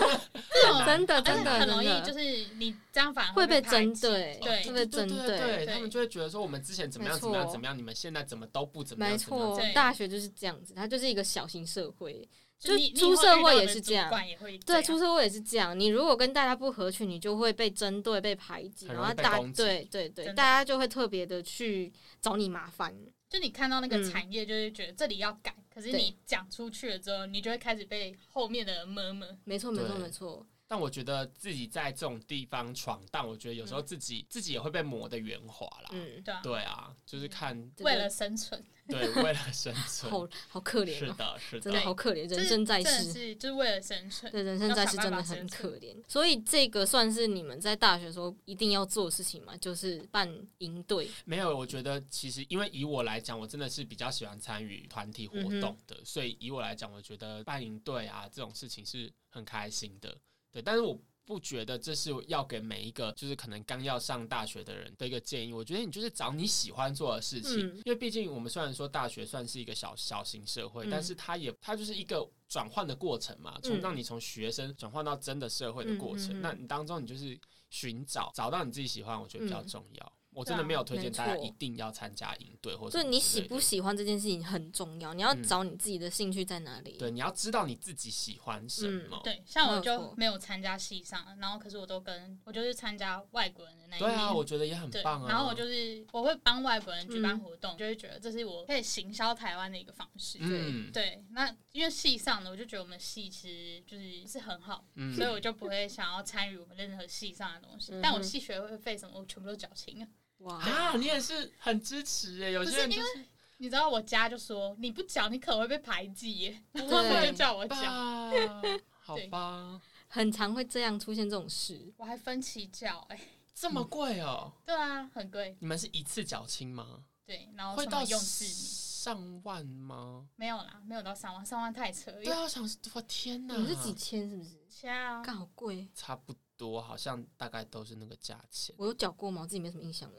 A: 真的
B: 这种而且
A: 真的
B: 很容易
A: 真的
B: 就是你这样反而
A: 会被
B: 排
A: 针
B: 挤
A: 对，
B: 对
A: 会被针
C: 对对，
B: 对
C: 他们就会觉得说我们之前怎么样
A: 没
C: 怎
A: 错
C: 么样怎么样，你们现在怎么都不怎么
A: 没
C: 样怎么样。
A: 错
B: 对，
A: 大学就是这样子，它就是一个小型社会。
B: 就你
A: 就出社会也是这样
B: 你以后遇到的主管也会这
A: 对，
B: 样
A: 出社会也是这样。你如果跟大家不合群，你就会被针对、被排挤，
C: 很
A: 然
C: 容易
A: 后
C: 被
A: 大
C: 攻击
A: 对对对，
B: 真的
A: 大家就会特别的去找你麻烦。
B: 就你看到那个
A: 嗯
B: 产业，就会觉得这里要改，可是
A: 对
B: 你讲出去了之后，你就会开始被后面的人摸摸。
A: 没错，没错，
C: 对
A: 没错。
C: 但我觉得自己在这种地方闯荡，我觉得有时候自己、自己也会被磨得圆滑啦。
A: 嗯，
B: 对啊，
C: 对啊，就是看
A: 这个
B: 为了生存，
C: 对为了生
A: <laughs>
C: 存，
A: 好好可
C: 是
A: 怜啊，
C: 的，是
A: 真的
C: 的，
A: 好可怜，
B: 就是
A: 人生在
B: 真的
A: 世。
B: 是就是为了生存。
A: 对，人生在世真的很可怜，所以这个算是你们在大学的时候一定要做的事情嘛，就是办营队。
C: 没有。我觉得其实因为以我来讲，我真的是比较喜欢参与团体
A: 嗯
C: 活动的，所以以我来讲，我觉得办营队啊这种事情是很开心的。对，但是我不觉得这是要给每一个就是可能刚要上大学的人的一个建议。我觉得你就是找你喜欢做的事情，
A: 嗯
C: 因为毕竟我们虽然说大学算是一个小小型社会，
A: 嗯
C: 但是它也它就是一个转换的过程嘛，从
A: 嗯
C: 让你从学生转换到真的社会的过程。
A: 嗯嗯嗯
C: 那你当中你就是寻找找到你自己喜欢，我觉得比较
A: 嗯
C: 重要。我真的没有推荐
A: 没错
C: 大家一定要参加营队，或者
A: 就你喜不喜欢这件事情很重要，你要
C: 嗯
A: 找你自己的兴趣在哪里。
C: 对，你要知道你自己喜欢什
A: 嗯
C: 么。
B: 对，像我
A: 没有错
B: 就没有参加系上，然后可是我都跟我就是参加外国人的那一
C: 对啊，
B: 面
C: 我觉得也很
B: 对，
C: 棒啊。
B: 然后我就是我会帮外国人举办
A: 嗯
B: 活动，就会觉得这是我可以行销台湾的一个方式。
C: 嗯
B: 对，那因为系上的，我就觉得我们系其实就是是很好，
C: 嗯
B: 所以我就不会想要参与我们任何系上的东西。
A: 嗯哼
B: 但我系学会费什么，我全部都缴清了。
A: 哇，
C: 啊，你也是很支持诶，有
B: 不
C: 些
B: 是
C: 人
B: 因
C: 就
B: 为
C: 是
B: 你知道我家就说你不缴，你可能会被排挤耶，
A: 对
B: 他们就叫我缴，
C: 吧，
B: <laughs>
C: 好
B: 对
C: 吧，
A: 很常会这样出现这种事。
B: 我还分期缴哎、
C: 这么贵哦。
B: 对啊，很贵，
C: 你们是一次缴清吗？
B: 对，然后
C: 会
B: 什么
C: 到
B: 用字你
C: 上万吗？
B: 没有啦，没有到三万，三万太扯了，啊
C: 对啊，我想说，我天
A: 你
C: 哪！
A: 们是几千是不是？
B: 下
A: 干好贵，
C: 差不多，好像大概都是那个价钱。
A: 我有缴过吗？我自己没什么印象了。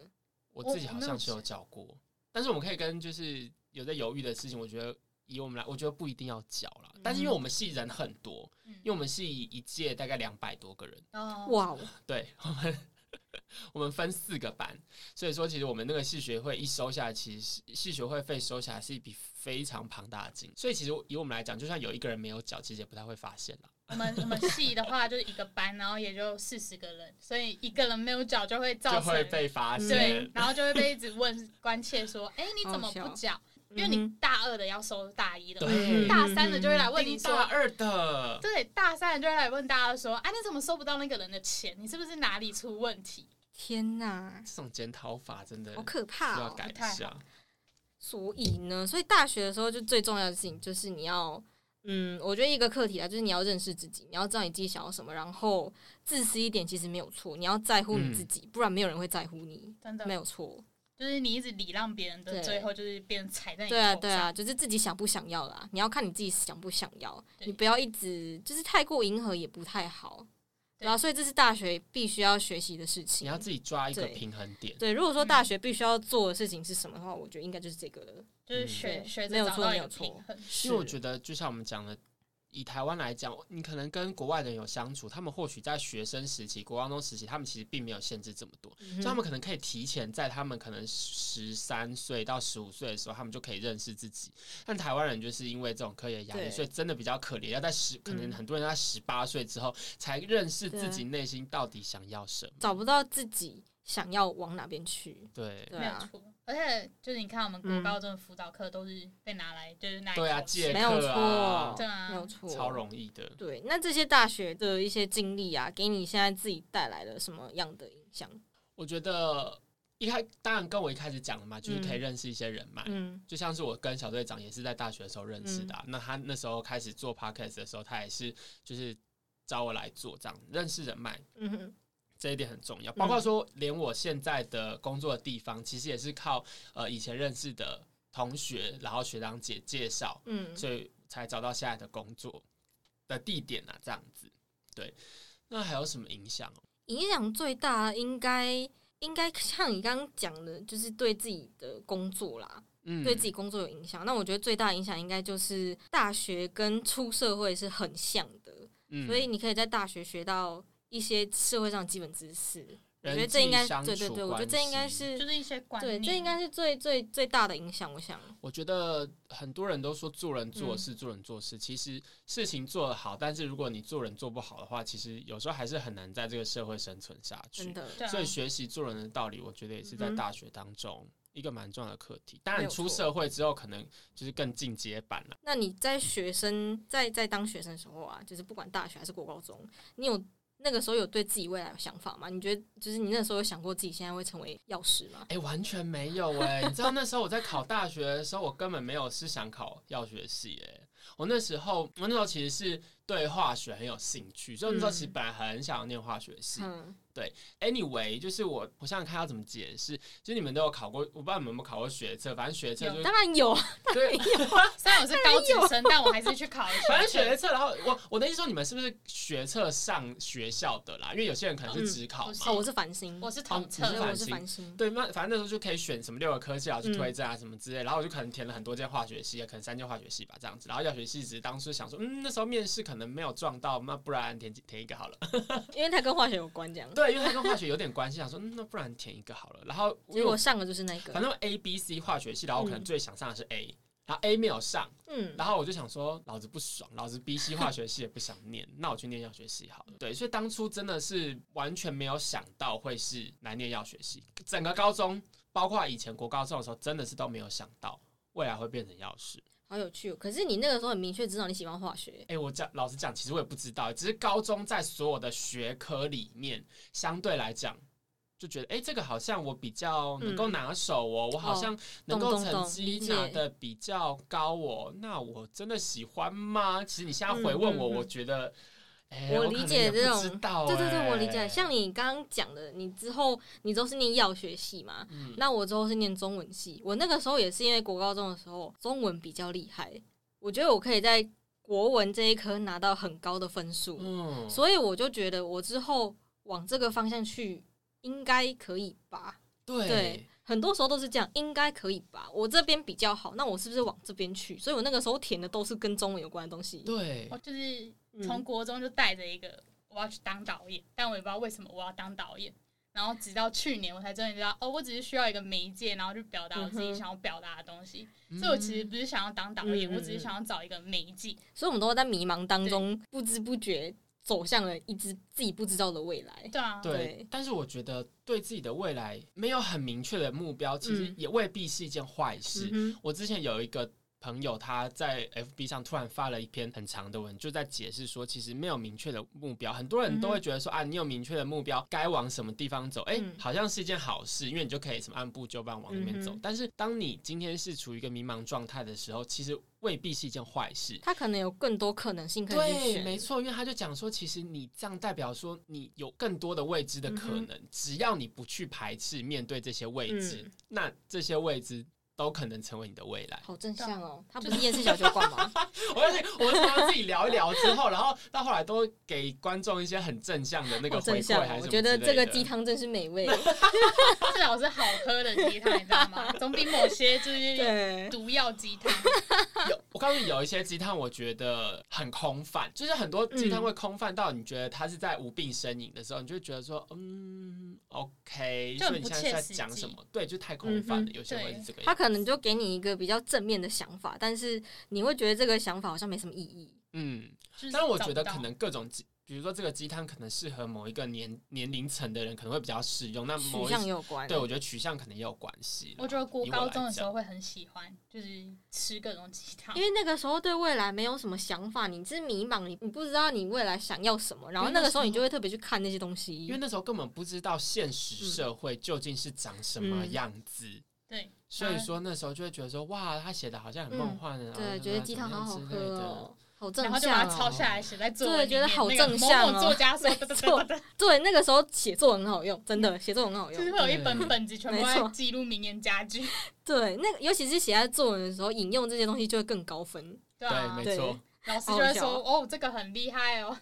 C: 我
B: 我
C: 自己好像是有缴过，但是我们可以跟就是有在犹豫的事情，我觉得以我们来，我觉得不一定要缴啦。但是因为我们系人很多，
B: 嗯
C: 因为我们系一届大概两百多个人，
B: 哦，
A: 哇哦，
C: 对我们 <laughs> 我们分四个班，所以说其实我们那个系学会一收下来，其实是系学会费收下来是一笔非常庞大的金，所以其实以我们来讲，就算有一个人没有缴，其实也不太会发现啦。
B: 我们我们系的话就是一个班，然后也就四十个人，所以一个人没有缴就会造
C: 就
B: 成
C: 会被发
B: 对
C: 现，，
B: 然后就会被一直问关切说，哎、你怎么不缴？因为你
A: 嗯
B: 大二的要收大一的嘛，
C: 对嗯
B: 大三的就会来问你
C: 盯大
B: 说。
C: 二的，
B: 对，大三的就会来问大家说：“啊，你怎么收不到那个人的钱？你是不是哪里出问题
A: 天哪，
C: 这种检讨法真的
A: 好可怕
C: 需要
A: 哦！
C: 改
B: 不太
C: 一下。
A: 所以呢，所以大学的时候就最重要的事情就是你要，嗯，我觉得一个课题啊，就是你要认识自己，你要知道你自己想要什么，然后自私一点其实没有错，你要在乎你自
C: 嗯
A: 己，不然没有人会在乎你？”，
B: 真的
A: 没，有错。
B: 就是你一直礼让别人的，
A: 对
B: 最后就是别人踩在你头
A: 对啊，
B: 上。
A: 对啊，就是自己想不想要啦，你要看你自己想不想要，
B: 对
A: 你不要一直就是太过迎合也不太好。
B: 对
A: 对啊，所以这是大学必须要学习的事
C: 你
A: 情
C: 要。自己抓一个
A: 对
C: 平衡点。
A: 对，如果说
B: 嗯
A: 大学必须要做的事情是什么的话，我觉得应该就是这个了。
B: 就是
C: 嗯
B: 学、
A: 对
B: 学
A: 没有
B: 着找
A: 错
B: 到
A: 没
B: 一
A: 有
B: 个
A: 错
B: 平衡。
C: 因为我
A: 得
C: 觉得，就像我们讲的，以台湾来讲，你可能跟国外的人有相处，他们或许在学生时期、国高中时期，他们其实并没有限制这么多，
A: 嗯
C: 所以他们可能可以提前在他们可能十三岁到十五岁的时候，他们就可以认识自己。但台湾人就是因为这种科研压力，
A: 对
C: 所以真的比较可怜，要在十可能
A: 嗯
C: 很多人在十八岁之后才认识自
A: 对
C: 己内心到底想要什么。
A: 找不到自己想要往哪边去。
C: 对
A: 对
B: 没有
A: 啊，
B: 错。而且就是你看，我们国
A: 嗯
B: 高中的辅导课都是被拿来，就是拿来
C: 对啊，
B: 考试
C: 借
A: 没有
C: 课啊
A: 错，
B: 对啊
A: 没有错，
C: 超容易的。
A: 对，那这些大学的一些经历啊，给你现在自己带来了什么样的影响？
C: 我觉得一开当然跟我一开始讲的嘛，就是可以
A: 嗯
C: 认识一些人脉。
A: 嗯
C: 就像是我跟小队长也是在大学的时候认识的啊、那他那时候开始做 podcast 的时候，他也是就是找我来做这样，认识人脉
A: 嗯哼
C: 这一点很重要。包
A: 嗯
C: 括说，连我现在的工作的地方，其实也是靠呃以前认识的同学，然后学长姐介绍，
A: 嗯
C: 所以才找到现在的工作的地点啊，这样子。对，那还有什么影响哦？
A: 影响最大应该应该像你刚刚讲的，就是对自己的工作啦，
C: 嗯，
A: 对自己工作有影响。那我觉得最大的影响应该就是大学跟出社会是很像的，
C: 嗯，
A: 所以你可以在大学学到一些社会上的基本知识。我
C: 人
A: 觉得这应该
C: 际相
A: 对对
C: 处
A: 对，我觉得
C: 关
A: 这应该
C: 系
A: 是
B: 就是一些观
A: 对，
B: 念，
A: 这应该是最最最大的影响。我想，
C: 我觉得很多人都说做
A: 嗯
C: 人做事，做人做事，其实事情做得好，但是如果你做人做不好的话，其实有时候还是很难在这个社会生存下
A: 真
C: 去。
A: 的，
B: 对啊
C: 所以学习做人的道理，我觉得也是
A: 嗯
C: 在
A: 哼
C: 大学当中一个蛮重要的课题。当
A: 没
C: 然，
A: 有错
C: 出社会之后，可能就是更进阶版了。
A: 那你在学生在在当学生的时候啊，就是不管大学还是国高中，你有那个时候有对自己未来有想法吗？你觉得就是你那时候有想过自己现在会成为药师吗？
C: 哎、完全没有哎、你知道那时候我在考大学的时候，我根本没有是想考药学系哎、我那时候，我那时候其实是对化学很有兴趣，所以那时候其实
A: 嗯
C: 本来很想要念化学系，
A: 嗯
C: Anyway，就是我，我想想看要怎么解释。就是你们都有考过，我不知道你们有没有考过学测，反正学测就是
A: 当然有啊， <laughs>
C: 对，
B: 虽然我是高职生，但我还是去考了
C: 反正
B: 学
C: 学
B: 测。
C: 测。然后我我的意思说，你们是不是学测上学校的啦？因为有些人可能是
A: 嗯
C: 只考
B: 不
C: 嘛。
B: 是
A: 哦，我是繁星，
B: 我是统
C: 哦
A: 所
C: 你
A: 以
C: 是
B: 测，
A: 我
C: 繁
A: 是
C: 星
A: 繁星，
C: 对，那反正那时候就可以选什么六个科系啊，去
A: 嗯
C: 推荐啊什么之类，然后我就可能填了很多间化学系，啊可能三间化学系吧这样子。然后药学系只是当初想说，嗯，那时候面试可能没有撞到，那不然填填一个好了。 <laughs>
A: 因为它跟化学有关，这样。
C: 对，因为它跟化学有点关系，想说，嗯，那不然填一个好了。然后因
A: 结
C: 为我
A: 果上了就是那
C: 反
A: 个，
C: 正 A、B、C 化学系，然后我可能
A: 嗯
C: 最想上的是 A，、然后 A 没有上，
A: 嗯，
C: 然后我就想说，老子不爽，老子 B、C 化学系也不想念，那我去念药学系好了。对，所以当初真的是完全没有想到会是来念药学系，整个高中，包括以前国高中的时候，真的是都没有想到未来会变成药师。
A: 好有趣、哦。可是你那个时候很明确知道你喜欢化学，
C: 哎、我讲老实讲，其实我也不知道，只是高中在所有的学科里面，相对来讲。就觉得，哎、这个好像我比较能够
A: 嗯
C: 拿手哦，我好
A: 哦
C: 像能
A: 懂
C: 够
A: 懂
C: 成
A: 懂
C: 绩
A: 理解
C: 拿的比较高哦，那我真的喜欢吗？其实你现在回
A: 嗯
C: 问
A: 嗯
C: 我，
A: 嗯
C: 我觉得，哎、
A: 我
C: 可
A: 理
C: 能
A: 解
C: 也不
A: 这
C: 知
A: 种
C: 道
A: 对对对，
C: 哎
A: 我理解。像你刚刚讲的，你之后你都是念药学系嘛，
C: 嗯
A: 那我之后是念中文系，我那个时候也是因为国高中的时候中文比较厉害，我觉得我可以在国文这一科拿到很高的分数，
C: 嗯，
A: 所以我就觉得我之后往这个方向去应该可以吧。
C: 对
A: 对很多时候都是这样，应该可以吧？我这边比较好，那我是不是往这边去？所以我那个时候填的都是跟中文有关的东西。
C: 对
B: 我就是
A: 嗯
B: 从国中就带着一个我要去当导演，但我也不知道为什么我要当导演。然后直到去年，我才真的知道，哦，我只是需要一个媒介，然后去表达我自己
A: 嗯哼
B: 想要表达的东西。所以我其实不是想要当导演，
A: 嗯嗯
B: 我只是想要找一个媒介。
A: 所以我们都在迷茫当中，不知不觉走向了一只自己不知道的未来。
B: 对啊，
C: 对
A: 对
C: 但是我觉得对自己的未来没有很明确的目标，其实
A: 嗯
C: 也未必是一件坏事。
A: 嗯哼，
C: 我之前有一个朋友，他在 FB 上突然发了一篇很长的文，就在解释说，其实没有明确的目标，很多人都会觉得说、啊，你有明确的目标，该往什么地方走，哎、
A: 嗯
C: 好像是一件好事，因为你就可以什么按部就班往那边走。
A: 嗯哼
C: 但是当你今天是处于一个迷茫状态的时候，其实未必是一件坏事。
A: 他可能有更多可能性可以去
C: 对，
A: 选。
C: 没错，因为他就讲说，其实你这样代表说你有更多的未知的
A: 嗯
C: 可能，只要你不去排斥面对这些未知，
A: 嗯
C: 那这些未知都可能成为你的未来。
A: 好正向哦，
B: 啊
A: 他不是夜市小酒馆
C: <laughs>
A: 吗？
C: 我而且我们常常自己聊一聊之后，然后到后来都给观众一些很正向的那
A: 好
C: 个回
A: 正
C: 馈，
A: 向
C: 还
A: 哦
C: 是，什
A: 我
C: 么
A: 觉得
C: 之类
A: 这个
C: 的
A: 鸡汤真是美
B: <laughs>
A: 味。
B: 至少 <laughs> 是好喝的鸡汤，你知道吗？总比某些就是
A: 对，
B: 毒药鸡汤。
C: 有，我告诉你，有一些鸡汤我觉得很空泛，就是很多鸡
A: 嗯
C: 汤会空泛到你觉得它是在无病呻吟的时候，你就会觉得说，嗯，OK，
B: 就很
C: 所以你现
B: 不
C: 在是
B: 切
C: 在
B: 实际
C: 讲什么？对，就太
A: 嗯
C: 空泛了，有些会是这个
A: 他
C: 样。
A: 可能就给你一个比较正面的想法，但是你会觉得这个想法好像没什么意义。
C: 嗯，
B: 就是
C: 但是我觉
B: 找
C: 得
B: 不到
C: 可能各种鸡比如说这个鸡汤可能适合某一个年年龄层的人，可能会比较适用。那
A: 取
C: 某一
A: 向也有关。
C: 对我觉得取向可能也有关系啦。
B: 我觉得国
C: 以我
B: 高
C: 来
B: 中的时
C: 讲
B: 候会很喜欢，就是吃各种鸡汤
A: 因。为那个时候对未来没有什么想法，你是迷茫，你你不知道你未来想要什么，然后那个时候你就会特别去看那些东
C: 因为
A: 西。
C: 那时候根本不知道现
A: 嗯
C: 实社会究竟是长什么样子，
B: 对，
C: 所以说那时候就会觉得说，哇，他写的好像很梦幻啊，
A: 啊嗯对，觉得鸡汤好好喝
C: 哦。
A: 哦，好
B: 然
A: 正
B: 后就把
A: 向
B: 它抄
A: 哦。
B: 下来写在作文
A: 对
B: 里
A: 觉得
B: 面。
A: 好
B: 那个
A: 正向哦
B: 某某作家说，对对对对对
A: 对，那个时候写作文很好用，真的写作文
C: 哎
A: 很好
B: 就是
A: 用。
B: 会有一本本子全部
A: 没
B: 在
A: 错
B: 记录名言佳
C: <laughs>
B: 句，
A: 对，那个尤其是写在作文的时候，引用这些东西就会更高分。
B: 对
C: 对，
B: 啊
C: 没，
A: 对
C: 错，
B: 老师就会
A: 好
B: 说
A: 好
B: 哦，这个很厉害哦，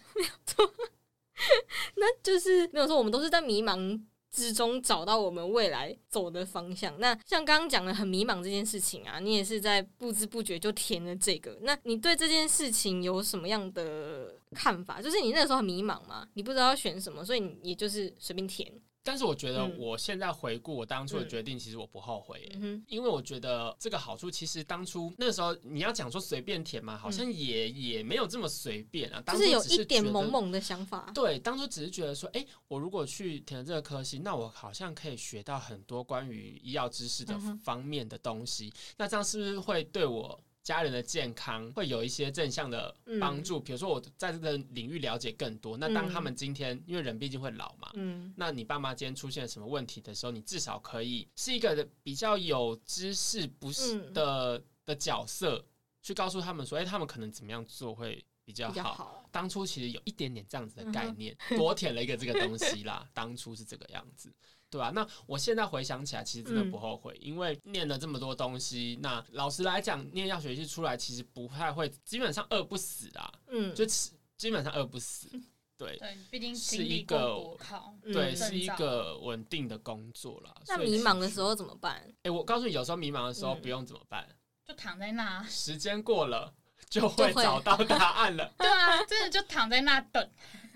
A: 那就是没有说我们都是在迷茫之中找到我们未来走的方向。那像刚刚讲的很迷茫这件事情啊，你也是在不知不觉就填了这个。那你对这件事情有什么样的看法？就是你那时候很迷茫嘛，你不知道要选什么，所以你也就是随便填。
C: 但是我觉得
A: 嗯
C: 我现在回顾我当初的
A: 嗯
C: 决定，其实我不后悔耶、
A: 嗯哼，
C: 因为我觉得这个好处，其实当初那时候你要讲说随便填嘛，好像也、也没有这么随便啊，当
A: 嗯就
C: 初
A: 是有
C: 只
A: 一点
C: 觉得
A: 懵懵的想法。
C: 对，当初只是觉得说，哎、我如果去填这个科系，那我好像可以学到很多关于医药知识的
A: 嗯哼
C: 方面的东西。那这样是不是会对我家人的健康会有一些正向的帮
A: 嗯
C: 助？比如说，我在这个领域了解更多。那当他
A: 嗯
C: 们今天，因为人毕竟会老嘛，
A: 嗯
C: 那你爸妈今天出现了什么问题的时候，你至少可以是一个比较有知识不是
A: 嗯
C: 的、的角色，去告诉他们说，哎、他们可能怎么样做会比较
A: 比较
C: 好。
A: 好。
C: 当初其实有一点点这样子的
A: 嗯哼
C: 概念，多填了一个这个东
A: <laughs>
C: 西啦。当初是这个样子，对吧、那我现在回想起来，其实真的不后悔，
A: 嗯
C: 因为念了这么多东西。那老实来讲，念药学系出来，其实不太会，基本上饿不死啦，
A: 嗯，
C: 就吃基本上饿不死。对，
B: 对，毕竟
C: 是
B: 经
C: 一
B: 历
C: 个
B: 过国考，
A: 嗯
C: 对，
B: 证
C: 是一
B: 照
C: 个稳定的工作啦。
A: 那
C: 所以
A: 迷
C: 其
A: 茫的
C: 实
A: 时，候怎么办？
C: 哎、我告诉你，有时候迷茫的时候
A: 嗯
C: 不用怎么办，
B: 就躺在那， <laughs>
C: 时间过了就会
A: 会
C: 找到答案了。
B: 对啊，真的就躺在那等。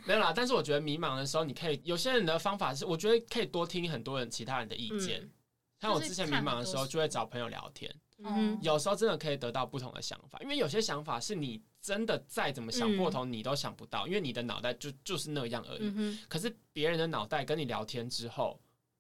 C: 没有啦，但是我觉得迷茫的时候，你可以有些人的方法是，我觉得可以多听很多人其他人的意见。
A: 嗯
C: 像我
B: 就是
C: 之前迷
B: 看很
C: 茫的
B: 多
C: 时候，
B: 书
C: 就会找朋友聊天，
A: 嗯
B: 哦
A: 哼，
C: 有时候真的可以得到不同的想法，因为有些想法是你真的再怎么想破头，你都想不到，因为你的脑袋就就是那样而已。
A: 嗯哼，
C: 可是别人的脑袋跟你聊天之后，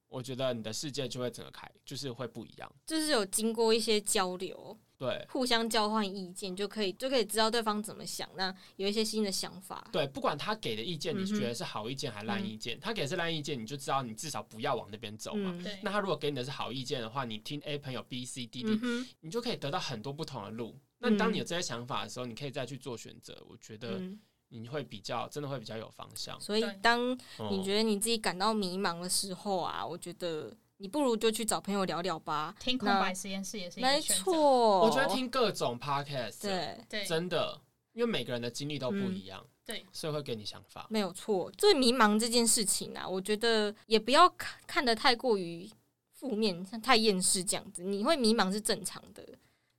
C: 我觉得你的世界就会整个开，就是会不一样。
A: 就是有经过一些交流。
C: 对
A: 互相交换意见，就可以就可以知道对方怎么想，那有一些新的想法。
C: 对，不管他给的意见，你
A: 嗯哼
C: 觉得是好意见还烂意见，他给的是烂意见，你就知道你至少不要往那边走嘛。
A: 嗯，
B: 对，
C: 那他如果给你的是好意见的话，你听 A 朋友 B C D D，、
A: 嗯哼，
C: 你就可以得到很多不同的路。那当你有这些想法的时候，你可以再去做选择。我觉得
A: 嗯，
C: 你会比较，真的会比较有方向。
A: 所以
B: 对
A: 当你
C: 嗯
A: 觉得你自己感到迷茫的时候啊，我觉得你不如就去找朋友聊聊吧。
B: 听空白实验室也是一
A: 没
B: 个选择。
A: 错，
C: 我觉得听各种 podcast，
A: 对，
B: 对，
C: 真的，因为每个人的经历都不一样，
B: 对，
C: 所以会给你想法。
A: 没有错。最迷茫这件事情啊，我觉得也不要看看得太过于负面，像太厌世这样子，你会迷茫是正常的。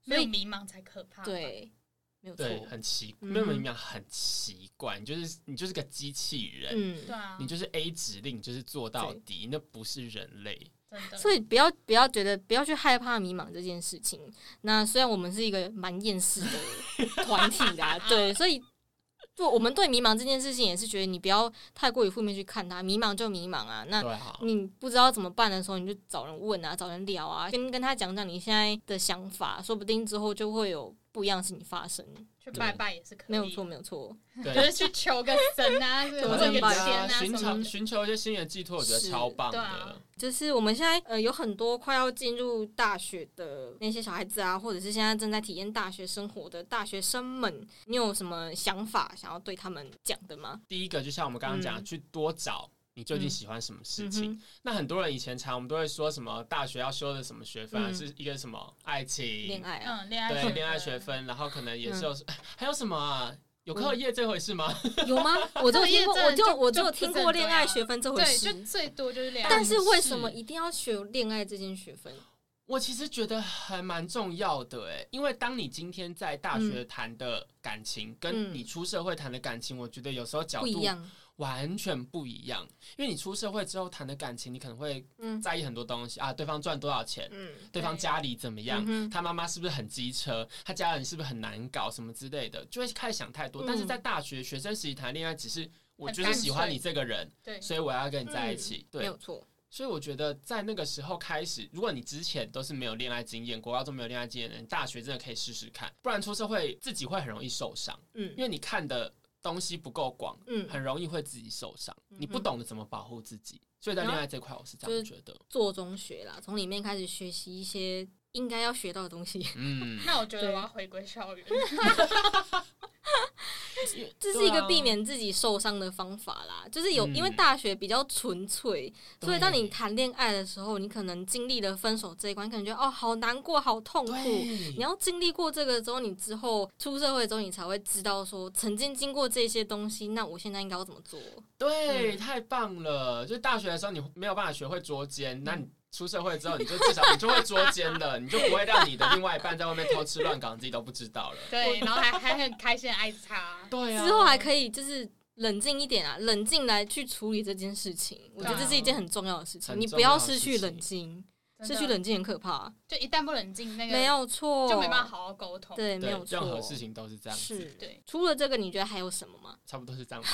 B: 没
A: 所
B: 有
A: 以
B: 迷茫才啊可怕。，
A: 对，没有错。
C: 对，很奇，
A: 嗯
C: 没有营养很奇怪，你就是你就是个机器人，
A: 嗯
B: 对，啊
C: 你，就是 A 指令，你就是做到
A: 对
C: 底，那不是人类。
B: 真的。
A: 所以不要不要觉得不要去害怕迷茫这件事情。那虽然我们是一个蛮厌世的团体
B: <laughs>
A: 啦，对，所以就我们对迷茫这件事情也是觉得你不要太过于负面去看它，迷茫就迷茫啊。那
C: 对啊，
A: 你不知道怎么办的时候，你就找人问啊，找人聊啊，跟跟他讲讲你现在的想法，说不定之后就会有不一样的事情发生。
B: 去拜拜也是可以，
A: 没有错，，没有错，
C: 对
B: 就，是去求个神啊，是
A: 我
B: 问
A: 真
B: 个
A: 的拜
B: 仙啊什
C: 寻
B: 么
C: 求
B: 的。
C: 寻求一些新的寄托，我觉得
A: 是
C: 超棒
B: 对
C: 的
B: 啊。
A: 就是我们现在呃有很多快要进入大学的那些小孩子啊，或者是现在正在体验大学生活的大学生们，你有什么想法想要对他们讲的吗？
C: 第一个，就像我们刚刚讲，
A: 嗯
C: 去多找你究竟喜欢什么事情。
A: 哼，
C: 那很多人以前常我们都会说什么大学要修的什么学分啊，
A: 嗯
C: 是一个什么爱
A: 恋
C: 情，
A: 爱嗯啊，
B: 嗯，恋爱
C: 对，
B: 分
C: 恋爱学，分，然后可能也是有还有什么啊？有课业这回事吗？
A: <laughs> 有吗？我就听过，我
B: 就
A: 就我
B: 就
A: 就
B: 不
A: 听
B: 是很
A: 过恋爱
B: 对啊
A: 学分这回
B: 对，就
A: 事，
B: 最多就是恋爱。
A: 但是为什
C: 是
A: 么一定要学恋爱这件学分？
C: 我其实觉得还蛮重要的诶，因为当你今天在大学谈的感情，跟
A: 嗯
C: 你出社会谈的感情，我觉得有时候角
A: 不一
C: 度
A: 样，
C: 完全不一样。因为你出社会之后谈的感情，你可能会
A: 嗯
C: 在意很多东西啊，对方赚多少钱，
A: 嗯
C: 对方
B: 对
C: 家里怎么样
A: 嗯，哼
C: 他妈妈是不是很机车，他家人是不是很难搞，什么之类的，就会开始想太多。
A: 嗯
C: 但是在大学学生时期谈恋爱，只是我就是喜欢你这个人，
B: 对，
C: 所以我要跟你在一起。
A: 没
C: 对
A: 嗯有，错，
C: 所以我觉得在那个时候开始，如果你之前都是没有恋爱经验，国高中没有恋爱经验的人，大学真的可以试试看，不然出社会自己会很容易受伤，
A: 嗯
C: 因为你看的东西不够广，
A: 嗯，
C: 很容易会自己受伤，你不
A: 嗯
C: 懂得怎么保护自己。所以在恋爱这块，我是这样觉得。
A: 做中学啦，从里面开始学习一些应该要学到的东西，
C: 嗯，
B: 那我觉得我要回归校园，
A: 这是一
B: 啊
A: 个避免自己受伤的方法啦。就是有，
C: 嗯
A: 因为大学比较纯粹，
C: 对
A: 所以当你谈恋爱的时候，你可能经历了分手这一关，可能觉得哦，好难过，好痛苦。
C: 对
A: 你要经历过这个之后，你之后出社会之后，你才会知道说，曾经经过这些东西，那我现在应该要怎么做？嗯
C: 对，太棒了！就大学的时候你没有办法学会捉
A: 嗯
C: 奸，那你出社会之后，你就至少你就会捉
A: <laughs>
C: 奸了，你就不会让你的另外一半在外面偷吃乱搞，你自己都不知道了。
B: 对，然后还还很开心的爱他。
C: 对啊，
A: 之后还可以就是冷静一点啊，冷静来去处理这件事情。我觉得
B: 对
A: 这
B: 啊
A: 是一件很重要的事情，
C: 很
A: 你不
C: 重要
A: 要
C: 的
A: 失
C: 事
A: 去
C: 情
A: 冷静，
B: 真
A: 失
B: 的
A: 去冷静很可怕。
B: 就一旦不冷静，那个
A: 没有错，
B: 就没办法。好好沟通。
A: 对，
C: 对
A: 没有错，
C: 任何事情都是这样子，
A: 是
B: 对。
A: 除了这个，你觉得还有什么吗？
C: 差不多
A: <laughs>
C: 是这样吧。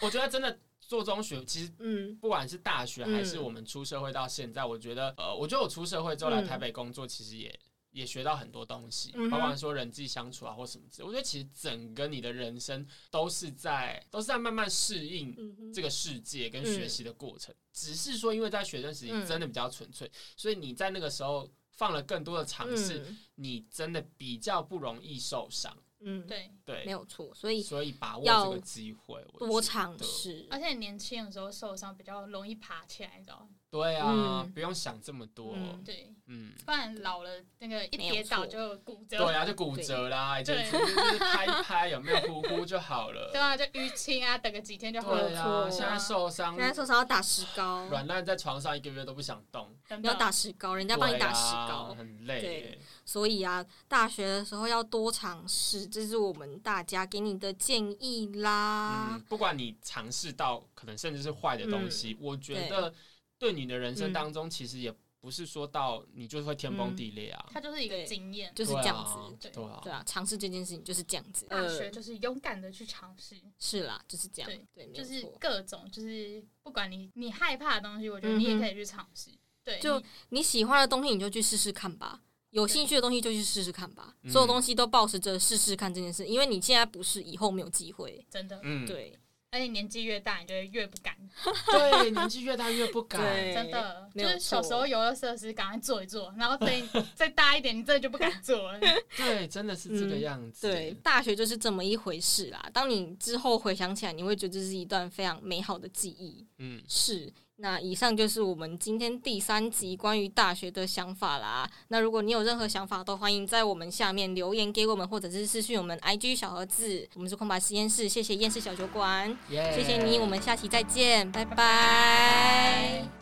C: 我觉得真的做中学其实。
A: 嗯
C: 不管是大学
A: 嗯
C: 还是我们出社会到现在，我觉得，呃，我觉得我出社会之后来
A: 嗯
C: 台北工作，其实也、也学到很多东西，
A: 嗯哼
C: 包括说人际相处啊或什么之类。我觉得其实整个你的人生都是在都是在慢慢适应
A: 嗯哼，
C: 这个世界跟学习的过程。只是说，因为在学生时期
A: 嗯
C: 真的比较纯粹，所以你在那个时候放了更多的尝试，
A: 嗯
C: 你真的比较不容易受伤。
A: 嗯，
B: 对，
A: 没
C: 对，
A: 有错，所以
C: 所以把握
A: 要
C: 这个机会，我
A: 多
C: 觉得哎
A: 尝试。
B: 而且你年轻的时候受伤比较容易爬起来，你知道吗？
C: 对啊，
A: 嗯
C: 不用想这么多。
A: 嗯
B: 对，
C: 嗯
B: 不然老了那个一
A: 没有
B: 跌倒
A: 错
B: 就骨折，
C: 对啊，就骨
A: <laughs>
C: 折啦，以前
B: 对
C: 就是拍一拍，有没有呼呼就好了。
B: 对啊，就淤青啊，等个几天就好
C: 对
B: 了。
C: 啊，
A: 没错
C: 现在受伤
A: 人，家说啥要打石膏，
C: 软烂在床上一个月都不想动，
B: 真
A: 你
B: 的
A: 要打石膏，人家帮你打石
C: 对啊
A: 膏。
C: 很累
A: 对
C: 耶。
A: 所以啊，大学的时候要多尝试，这是我们大家给你的建议啦。
C: 嗯，不管你尝试到可能甚至是坏的东
A: 嗯
C: 西，我觉得对你的人生当中，其实也不是说到你就会天崩地裂啊，
B: 它就是一个
A: 对
B: 经验。
A: 嗯就是这样子，
C: 对
B: 对
C: 啊，
A: 对啊，尝试这件事情就是这样子。
B: 大学
A: 呃、
B: 就是勇敢的去尝试，
A: 是啦，就是这样
B: 对，
A: 对，没
B: 就
A: 有
B: 是
A: 错。嗯
B: 各种，就是不管你你害怕的东西，我觉得你也可以去尝试。对，
A: 就
B: 你
A: 你喜欢的东西，你就去试试看吧。有兴趣的东西就去试试看吧，
C: 嗯
A: 所有东西都保持着试试看这件事，因为你现在不试，以后没有机会。
B: 真的，
C: 嗯，
A: 对，
B: 而且年纪越大，你就会越不敢，
C: 对，年纪越大越不敢，
A: 对，
B: 真的。
A: 没
B: 就
A: 有
B: 是小
A: 错
B: 时候游乐设施赶快做一做，然后等你 <laughs> 再大一点，你真的就不敢
A: <laughs>
B: 做了。
C: 对，真的是这个样
A: 嗯
C: 子，
A: 对，大学就是这么一回事啦。当你之后回想起来，你会觉得这是一段非常美好的记忆。
C: 嗯，
A: 是，那以上就是我们今天第三集关于大学的想法啦。那如果你有任何想法，都欢迎在我们下面留言给我们，或者是私讯我们 IG 小盒子。我们是空白实验室，谢谢厌世小酒馆，
C: 耶
A: 谢谢你，我们下期再见，拜拜